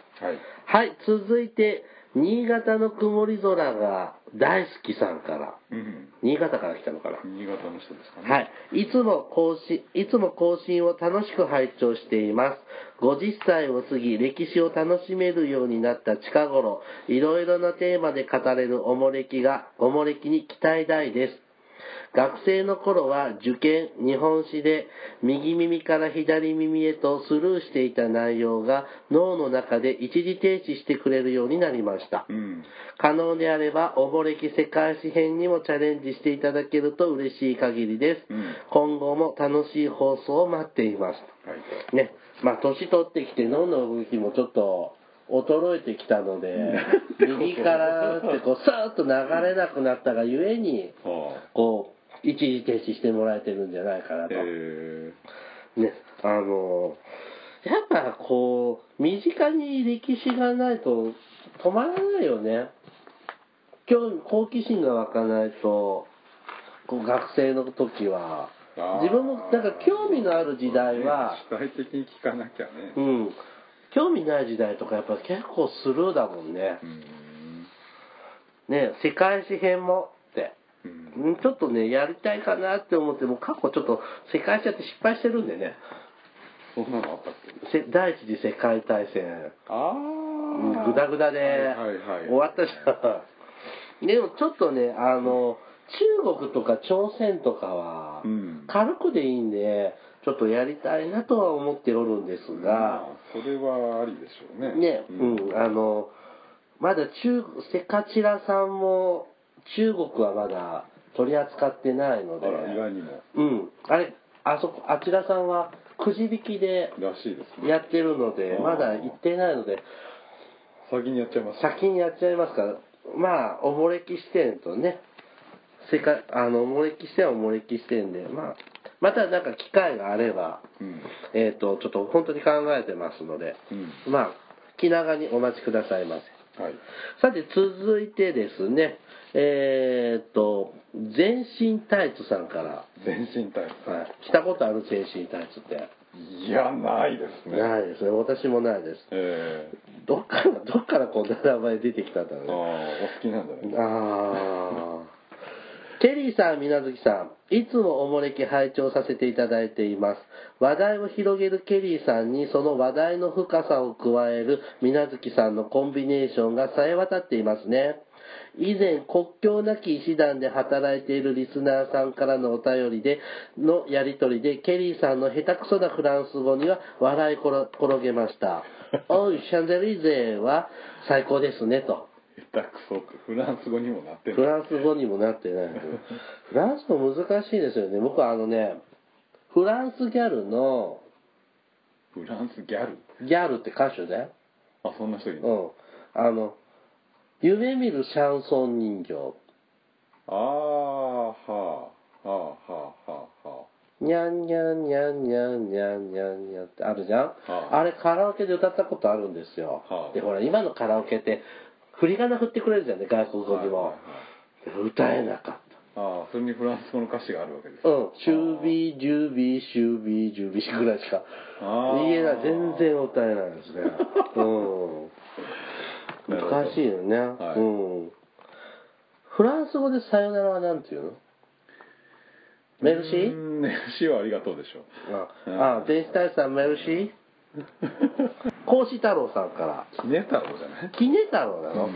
Speaker 1: はい、続いて、新潟の曇り空が大好きさんから、
Speaker 2: うん。
Speaker 1: 新潟から来たのかな。
Speaker 2: 新潟の人ですかね。
Speaker 1: は。い。いつも更新、いつも更新を楽しく拝聴しています。50歳を過ぎ、歴史を楽しめるようになった近頃、いろいろなテーマで語れるおもれきが、おもれきに期待大です。学生の頃は受験、日本史で右耳から左耳へとスルーしていた内容が脳の中で一時停止してくれるようになりました。
Speaker 2: うん。
Speaker 1: 可能であれば、おぼれき世界史編にもチャレンジしていただけると嬉しい限りです。
Speaker 2: うん
Speaker 1: 今後も楽しい放送を待っていま
Speaker 2: はい。
Speaker 1: す。ね、まあ、年取ってきて脳の動きもちょっと衰えてきたので、
Speaker 2: (laughs)
Speaker 1: 右からってこう、さーっと流れなくなったがゆえに、
Speaker 2: はあ。
Speaker 1: こう、一時停止してもらえてるんじゃないかなと。
Speaker 2: え
Speaker 1: ね、あのやっぱこう、身近に歴史がないと止まらないよね。興味、好奇心が湧かないと、こう学生の時は、
Speaker 2: ーあー
Speaker 1: 自分もなんか興味のある時代は
Speaker 2: そうね主体的に聞かなきゃ
Speaker 1: う
Speaker 2: ね。
Speaker 1: ん、興味ない時代とかやっぱ結構スルーだもんね
Speaker 2: う。ん。
Speaker 1: ね、世界史編もって。
Speaker 2: う
Speaker 1: う
Speaker 2: ん。
Speaker 1: んちょっとね、やりたいかなって思って、もう過去ちょっと世界史やって失敗してるんでね。
Speaker 2: そんなのあったっけ
Speaker 1: せ第一次世界大戦。
Speaker 2: ああ。
Speaker 1: ぐだぐだで
Speaker 2: はいはいはい。
Speaker 1: 終わったじゃん。でもちょっとね、あの、中国とか朝鮮とかは
Speaker 2: う、ん。
Speaker 1: 軽くでいいんで、ちょっとやりたいなとは思っておるんです
Speaker 2: まあ
Speaker 1: が、
Speaker 2: それはありでしょうね。
Speaker 1: ね、う
Speaker 2: うん。
Speaker 1: ん、あの、まだ中、セカチラさんも、中国はまだ取り扱ってないの
Speaker 2: あ
Speaker 1: で、
Speaker 2: ら、意外にも。
Speaker 1: うん、あれ、あそこ、あちらさんはくじ引きで
Speaker 2: らしいですね。
Speaker 1: やってるので、
Speaker 2: うん
Speaker 1: まだ行ってないので、
Speaker 2: 先にやっちゃいます。
Speaker 1: 先にやっちゃいますから、まあ、おもれき視点とね、世界、あの、おもれき視点はおもれき視点で、まあ、またなんか機会があれば、
Speaker 2: うん。
Speaker 1: えっ、と、ちょっと本当に考えてますので、
Speaker 2: うん。
Speaker 1: まあ、気長にお待ちくださいませ。
Speaker 2: はい。
Speaker 1: さて、続いてですね、えっ、と、全身タイツさんから、
Speaker 2: 全身体操。
Speaker 1: はい、着たことある全身タイツって、
Speaker 2: いや、ないですね。
Speaker 1: ないですね。私もないです。
Speaker 2: ええ
Speaker 1: どっから、どっからこんな名前出てきたんだろう
Speaker 2: ああ、
Speaker 1: ね。
Speaker 2: お好きなんじゃないですか。
Speaker 1: あー (laughs) ケリーさん、みなずきさん、いつもおもれき拝聴させていただいています。話題を広げるケリーさんに、その話題の深さを加えるみなずきさんのコンビネーションが冴え渡っていますね。以前、国境なき医師団で働いているリスナーさんからのお便りで、のやりとりで、ケリーさんの下手くそなフランス語には笑い転転げま (laughs) した。おい、シャンゼリゼは最高ですね、と。
Speaker 2: 下手くそって、フランス語にもなって
Speaker 1: フ
Speaker 2: る。
Speaker 1: ランス語にもなってないけどフランス語難しいですよね僕はあのねフランスギャルの
Speaker 2: フランスギャル
Speaker 1: ギャルって歌手ね
Speaker 2: あ、そんな人いる
Speaker 1: う
Speaker 2: の
Speaker 1: んあの夢見るシャンソン人形
Speaker 2: ああ、はあ、はあ、はあ、はあ、は
Speaker 1: にゃんにゃんにゃんにゃんにゃんにゃんにゃんってあるじゃん、
Speaker 2: あ
Speaker 1: あれカラオケで歌ったことあるんですよ、
Speaker 2: はあ
Speaker 1: でほら今のカラオケって振り仮名振ってくれるじゃんね外国
Speaker 2: あ。
Speaker 1: 語にも、
Speaker 2: はいはいはい
Speaker 1: 歌えなかった
Speaker 2: ああ、それにフランス語の歌詞があるわけです。
Speaker 1: うん、シュービー、ジュービー、シュービー、ジュービーぐらいしか
Speaker 2: あー
Speaker 1: 言えない、全然歌えない
Speaker 2: (laughs)
Speaker 1: ですね。うん。
Speaker 2: なるほど
Speaker 1: 難しいよね、
Speaker 2: はい
Speaker 1: うん。フランス語でさよならはなんていうのメルシ
Speaker 2: う
Speaker 1: ー
Speaker 2: んメルシーはありがとうでしょう。
Speaker 1: あ、あ、電子大使さんメルシー
Speaker 2: (laughs)
Speaker 1: 孔子太郎さんから。
Speaker 2: ひね太郎じゃない
Speaker 1: キネ太郎なの、
Speaker 2: うん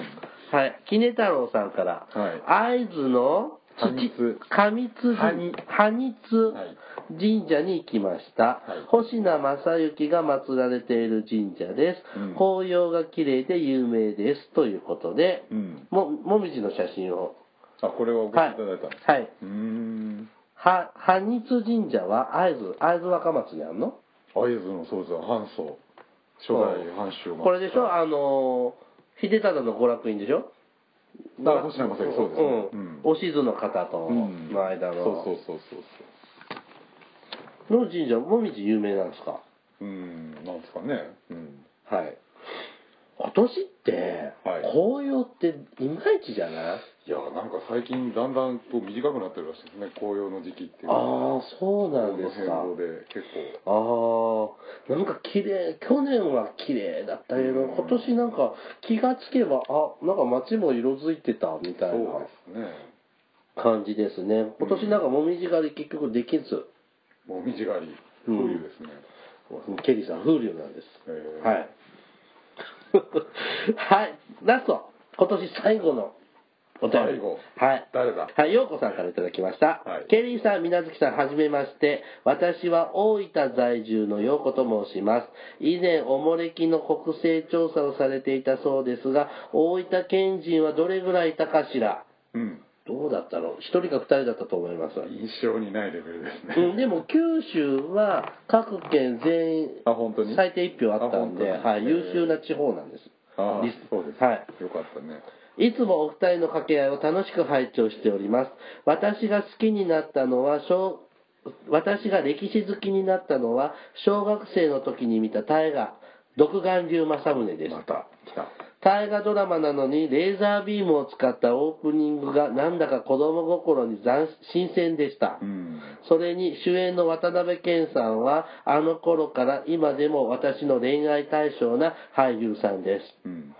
Speaker 1: はい。キネ太郎さんから、会津の
Speaker 2: 過密
Speaker 1: 過密
Speaker 2: 埴
Speaker 1: 破日
Speaker 2: はい
Speaker 1: 神社に行きました、
Speaker 2: はい
Speaker 1: 星名正幸が祀られている神社です、
Speaker 2: うん
Speaker 1: 紅葉が綺麗で有名ですということで、
Speaker 2: うん。
Speaker 1: ももみじの写真を
Speaker 2: あ、これは送っていただいたんですか
Speaker 1: はいう
Speaker 2: ーん。
Speaker 1: は破日神社は会津会津若松にあるの
Speaker 2: 会津のそうですよ、半層。初代藩主を
Speaker 1: これでしょ
Speaker 2: あ
Speaker 1: あの秀忠の娯楽院でしょ
Speaker 2: あ星名正幸そうですね
Speaker 1: う
Speaker 2: うんん
Speaker 1: おしずの方との間の、
Speaker 2: そうそうそうそう
Speaker 1: の神社もみじ有名なんですか
Speaker 2: そううんなんですかねうん
Speaker 1: はい今年って、
Speaker 2: はい
Speaker 1: 紅葉っていまいちじゃない
Speaker 2: いやなんか最近だんだんと短くなってるらしいですね紅葉の時期っていう
Speaker 1: ああそう
Speaker 2: そ
Speaker 1: なんですか
Speaker 2: の変動で結構
Speaker 1: ああなんか綺麗去年は綺麗だったけど
Speaker 2: うん
Speaker 1: 今年なんか気がつけばあなんか街も色づいてたみたい
Speaker 2: そう
Speaker 1: な
Speaker 2: ですね
Speaker 1: 感じですね今年なんかもみじ狩り結局できず、
Speaker 2: もみじ狩り
Speaker 1: うん
Speaker 2: 冬ですね、
Speaker 1: ケリーさん風流なんです
Speaker 2: えー
Speaker 1: はい (laughs) はいラスト今年最後のお便り
Speaker 2: 最後
Speaker 1: はい
Speaker 2: 誰だ
Speaker 1: はい、ようこさんからいただきました。
Speaker 2: はい
Speaker 1: ケリーさん、みなずきさん、はじめまして。私は大分在住のようこと申します。以前、おもれきの国勢調査をされていたそうですが、大分県人はどれぐらいいたかしら
Speaker 2: うん
Speaker 1: どうだったの一人か二人だったと思います。
Speaker 2: 印象にないレベルですね、
Speaker 1: うん、でも、九州は各県全員、
Speaker 2: あ本当に
Speaker 1: 最低一票あったんで、
Speaker 2: あ本当に
Speaker 1: はい、優秀な地方なんです。
Speaker 2: あ
Speaker 1: リス
Speaker 2: そうです、
Speaker 1: はい
Speaker 2: よかったね
Speaker 1: いつもお二人の掛け合いを楽しく拝聴しております。私が好きになったのは小、私が歴史好きになったのは、小学生の時に見た大河、独眼竜政宗です
Speaker 2: ま。た来た
Speaker 1: 大河ドラマなのに、レーザービームを使ったオープニングがなんだか子供心に斬新鮮でした。
Speaker 2: うん
Speaker 1: それに主演の渡辺謙さんは、あの頃から今でも私の恋愛対象な俳優さんです。
Speaker 2: うん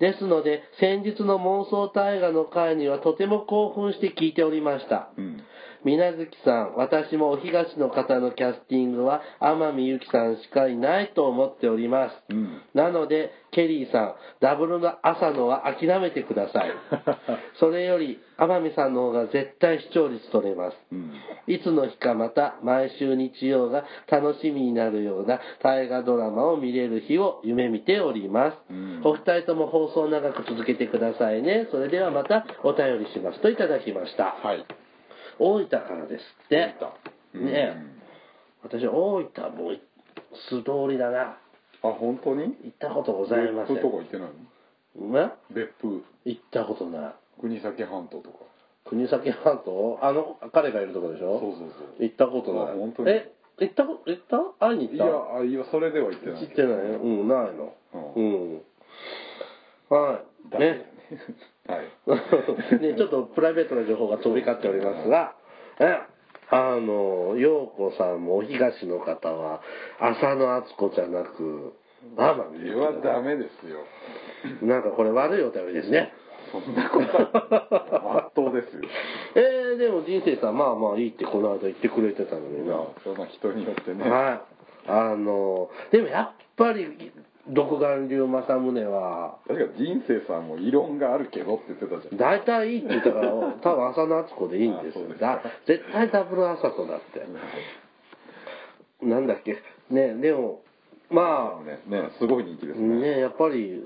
Speaker 1: ですので、先日の妄想大河の回にはとても興奮して聞いておりました。
Speaker 2: うん
Speaker 1: 水無月さん、私もお東の方のキャスティングは天海祐希さんしかいないと思っております。 (laughs)
Speaker 2: うん
Speaker 1: なので、ケリーさん、ダブルの朝のは諦めてください。それより、天海さんの方が絶対視聴率取れます。
Speaker 2: うん
Speaker 1: いつの日かまた毎週日曜が楽しみになるような大河ドラマを見れる日を夢見ております。
Speaker 2: うん
Speaker 1: お二人とも放送を長く続けてくださいね。それではまたお便りしますといただきました。
Speaker 2: はい
Speaker 1: 大分からですって。
Speaker 2: うん
Speaker 1: ねえ私大分もう素通りだな。
Speaker 2: あ本当に
Speaker 1: 行ったことございません。
Speaker 2: 別府とか行ってないの
Speaker 1: ま
Speaker 2: 別府
Speaker 1: 行ったことない。
Speaker 2: 国崎半島とか
Speaker 1: 国崎半島あの彼がいるとこでし
Speaker 2: そう
Speaker 1: ょ
Speaker 2: そうそう
Speaker 1: 行ったことな
Speaker 2: あ
Speaker 1: い。
Speaker 2: 本当に
Speaker 1: え、行ったこと、行った会いに行
Speaker 2: い
Speaker 1: った
Speaker 2: やあいやそれでは行ってない
Speaker 1: 知ってないようんないの
Speaker 2: う
Speaker 1: うんはい
Speaker 2: だけ
Speaker 1: ね
Speaker 2: (laughs) は
Speaker 1: (laughs)
Speaker 2: い
Speaker 1: ねちょっとプライベートな情報が飛び交っておりますがねあの陽子さんもお東の方は浅野敦子じゃなく天
Speaker 2: そ
Speaker 1: 海
Speaker 2: れはダメですよ
Speaker 1: なんかこれ悪いお便りですね
Speaker 2: そんなことは圧倒ですよ
Speaker 1: えー、でも人生さんまあまあいいってこの間言ってくれてたのにな、
Speaker 2: そんな人によってね
Speaker 1: はいあのでもやっぱり独眼竜政宗は
Speaker 2: 確か人生さんも異論があるけどって言ってたじゃん
Speaker 1: 大体いいって言ったから、多分浅野敦子でいいんです
Speaker 2: (laughs) あそう
Speaker 1: よ
Speaker 2: で。す
Speaker 1: だ
Speaker 2: か
Speaker 1: 絶対ダブル浅子だって。なんだっけ。ねでも、ま
Speaker 2: ねねすごい人気で
Speaker 1: あ、
Speaker 2: すね
Speaker 1: ねやっぱり、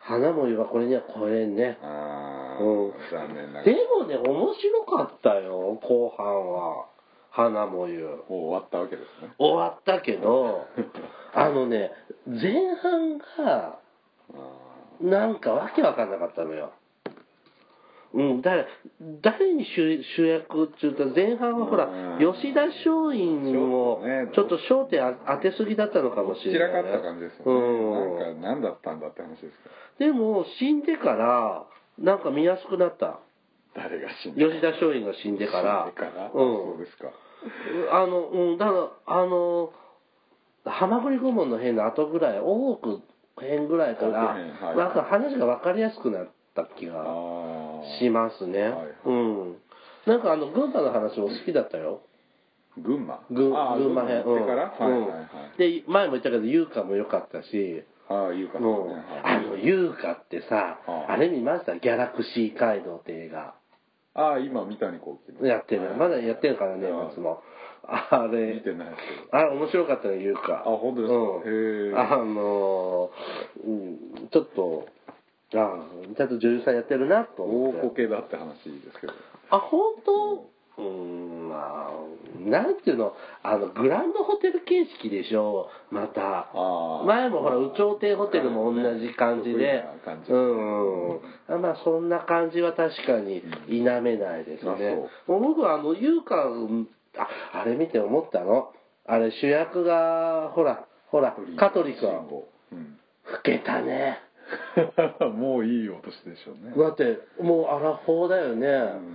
Speaker 1: 花も言えばこれには超えんね。
Speaker 2: ああ、
Speaker 1: うん
Speaker 2: 残念なが
Speaker 1: で
Speaker 2: ら
Speaker 1: もね、面白かったよ、後半は。花も言う。
Speaker 2: もう終わったわけですね
Speaker 1: 終わったけど、あのね、前半が、
Speaker 2: あ
Speaker 1: なんかわけわかんなかったのよ。うん、だから誰に主主役っていうか前半はほら
Speaker 2: うん
Speaker 1: 吉田松陰も
Speaker 2: そうね
Speaker 1: ちょっと焦点あ当てすぎだったのかもし
Speaker 2: ー散
Speaker 1: れな
Speaker 2: ら
Speaker 1: い、
Speaker 2: か
Speaker 1: ね、
Speaker 2: った感じですよね、
Speaker 1: うん
Speaker 2: なんか何だったんだって話ですか
Speaker 1: でも死んでからなんか見やすくなった
Speaker 2: ら誰が死んだ
Speaker 1: 吉田松陰が死んでから
Speaker 2: 死んでから、
Speaker 1: う
Speaker 2: そうですか
Speaker 1: ん、あのうんだからあの浜栗顧問の編の後ぐらい大奥編ぐらいから、
Speaker 2: 大奥編はい
Speaker 1: なんか話がわかりやすくなった気が
Speaker 2: ああ
Speaker 1: しますね、
Speaker 2: はいはい
Speaker 1: うんなんかあの群馬の話も好きだったよ
Speaker 2: 群馬
Speaker 1: 群
Speaker 2: あー
Speaker 1: 群馬編
Speaker 2: 群
Speaker 1: うん
Speaker 2: 行ってから、はいはいはい、
Speaker 1: うんで前も言ったけど優香も良かったし
Speaker 2: ああいうか
Speaker 1: もう
Speaker 2: ねはい
Speaker 1: あの優香ってさ
Speaker 2: ああ
Speaker 1: あれ見ました「ギャラクシー街道」って映画
Speaker 2: ああ今三谷幸喜の
Speaker 1: やってるまだやってるからね
Speaker 2: いや
Speaker 1: 年末もあ
Speaker 2: 見
Speaker 1: れ
Speaker 2: てないですけ
Speaker 1: あれ面白かったね優香あ
Speaker 2: どあ本当ですか、
Speaker 1: うん、
Speaker 2: へえ
Speaker 1: あのーうん、ちょっとああちゃんと女優さんやってるなと思
Speaker 2: 大
Speaker 1: って
Speaker 2: こけだって話ですけど
Speaker 1: あ本当うーんままあ、なんていうの、あの、グランドホテル形式でしょ、また。
Speaker 2: あー
Speaker 1: 前もほら、有頂天ホテルも同じ感じで
Speaker 2: 得意な感、じ
Speaker 1: うんうんあ、まあそんな感じは確かに否めないですね
Speaker 2: あ。
Speaker 1: もう僕はあの、優香、あ、あれ見て思ったの。あれ主役が、ほら、ほら、香取君。
Speaker 2: 慎吾うん
Speaker 1: 老けたね。
Speaker 2: もういいお年でしょうね。
Speaker 1: だって、もうアラフォーだよね。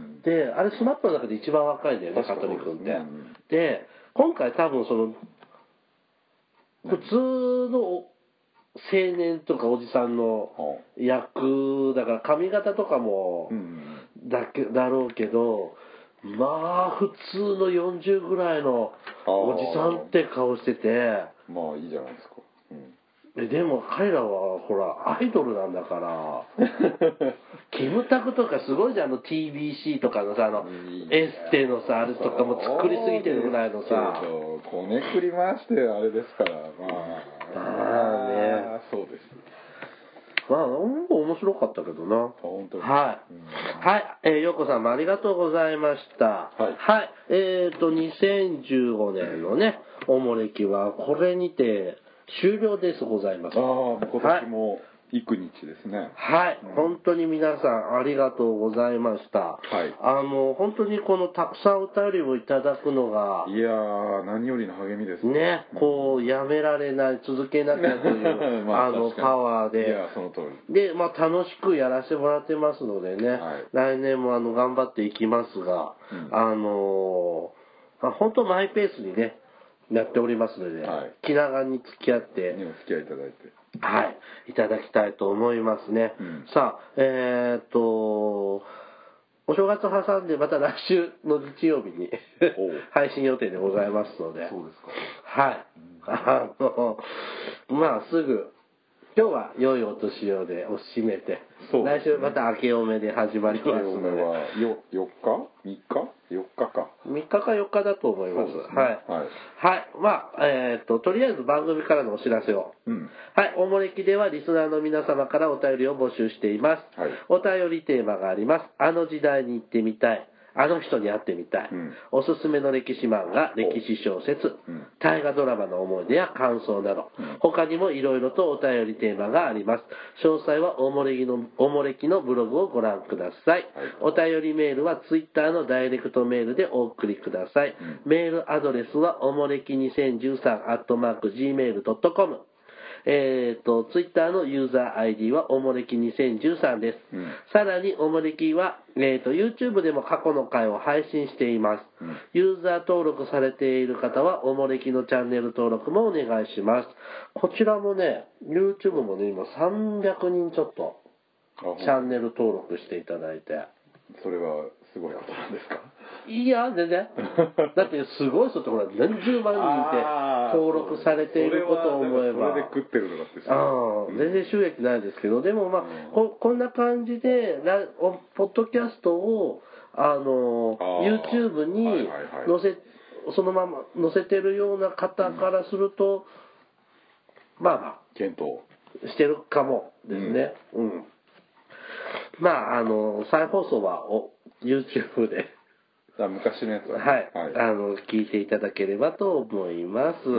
Speaker 2: ん
Speaker 1: で、あれスマップの中で一番若いんだよね、香取君って。
Speaker 2: うん
Speaker 1: で、今回多分その、普通のお青年とかおじさんの
Speaker 2: は
Speaker 1: 役だから髪型とかも
Speaker 2: あうん
Speaker 1: だけだろうけどまあ普通の40ぐらいのおじさんって顔してて
Speaker 2: まあいいじゃないですか。うん
Speaker 1: えでも彼らはほらアイドルなんだから (laughs) キムタクとかすごいじゃんあの TBC とかのさあの
Speaker 2: うん
Speaker 1: エステのさあれとかも作りすぎてるぐらいのさ
Speaker 2: そうですけどこねくり回してあれですから、まあ。
Speaker 1: まあね
Speaker 2: あーそうです。
Speaker 1: まあうん面白かったけどな
Speaker 2: あ本当に
Speaker 1: はい
Speaker 2: うん。
Speaker 1: はい。えー、ようこさんもありがとうございました。
Speaker 2: はい
Speaker 1: えっ、と、2015年のね、おもれきは、これにて終了ですございます。
Speaker 2: ああ、
Speaker 1: は
Speaker 2: もう今年も幾日ですね。
Speaker 1: い。本当に皆さんありがとうございました。
Speaker 2: はい
Speaker 1: あの、本当にこのたくさんお便りをいただくのが、
Speaker 2: いやー、何よりの励みです
Speaker 1: ね、こう、やめられない、続けなきゃという、
Speaker 2: (laughs) ま
Speaker 1: あ、の、
Speaker 2: 確かに
Speaker 1: パワーで。
Speaker 2: いや、その通り。
Speaker 1: で、まあ、楽しくやらせてもらってますのでね、
Speaker 2: はい
Speaker 1: 来年もあの頑張っていきますが、
Speaker 2: うん
Speaker 1: あのーまあ、本当マイペースにね、やっておりますので、
Speaker 2: はい
Speaker 1: 気長に付き合って、
Speaker 2: ねお付き合いいただいて。
Speaker 1: はい、いただきたいと思いますね。
Speaker 2: うん
Speaker 1: さあ、えー、っと、お正月挟んでまた来週の日曜日に
Speaker 2: おう
Speaker 1: (laughs) 配信予定でございますので、
Speaker 2: そうですか。
Speaker 1: はい。あの、まあ、すぐ、今日は良いお年をでお締めて、
Speaker 2: そうで
Speaker 1: 来
Speaker 2: すね
Speaker 1: 週また明けおめで始まります
Speaker 2: お
Speaker 1: の
Speaker 2: 嫁は
Speaker 1: で、
Speaker 2: よ4日 ?3 日 ?4 日か。
Speaker 1: 3日か4日だと思います。
Speaker 2: そうですね
Speaker 1: はい。
Speaker 2: はい
Speaker 1: はい。まあ、えっ、と、とりあえず番組からのお知らせを。
Speaker 2: うん。
Speaker 1: はい、おもれきではリスナーの皆様からお便りを募集しています。
Speaker 2: はい
Speaker 1: お便りテーマがあります。あの時代に行ってみたい。あの人に会ってみたい。
Speaker 2: うん
Speaker 1: おすすめの歴史漫画、歴史小説、
Speaker 2: うん
Speaker 1: 大河ドラマの思い出や感想など、
Speaker 2: うん
Speaker 1: 他にもいろいろとお便りテーマがあります。詳細はおもれきのおもれきのブログをご覧ください。お便りメールはツイッターのダイレクトメールでお送りください。
Speaker 2: うん
Speaker 1: メールアドレスはおもれき2013アットマーク Gmail.com。えっ、と、ツイッターのユーザー ID はおもれき2013です。
Speaker 2: うん
Speaker 1: さらに、おもれきは、えっ、と、YouTube でも過去の回を配信しています。
Speaker 2: うん
Speaker 1: ユーザー登録されている方は、おもれきのチャンネル登録もお願いします。こちらもね、YouTube もね、今300人ちょっと、
Speaker 2: あほん
Speaker 1: チャンネル登録していただいて。
Speaker 2: それはすごいことなんですか
Speaker 1: いや、全然。だって、すごい人ってほら、何十万人って
Speaker 2: あー
Speaker 1: 登録されていることを思えば
Speaker 2: それはだから。それで食ってるとかって
Speaker 1: ああ、全然収益ないですけど、でもまあ、ここんな感じで、ラおポッドキャストを、あの、
Speaker 2: ああ
Speaker 1: YouTube に
Speaker 2: はい
Speaker 1: 載
Speaker 2: はいはい
Speaker 1: せ、そのまま載せてるような方からすると、まあま
Speaker 2: 検討
Speaker 1: あ、してるかもですね。うん。まあ、あの、再放送はお YouTube で。 (laughs)
Speaker 2: あ昔のやつはね
Speaker 1: はい、
Speaker 2: はい、
Speaker 1: あの聞いていただければと思います。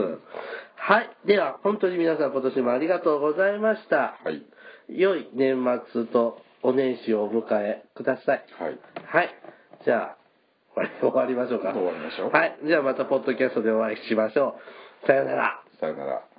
Speaker 1: はい、では本当に皆さん今年もありがとうございました。
Speaker 2: はい
Speaker 1: 良い年末とお年始をお迎えください。
Speaker 2: はい
Speaker 1: はい、じゃあ終わり終わりましょうか。
Speaker 2: 終わりましょう
Speaker 1: はい、じゃあまたポッドキャストでお会いしましょう。さよなら。
Speaker 2: さよなら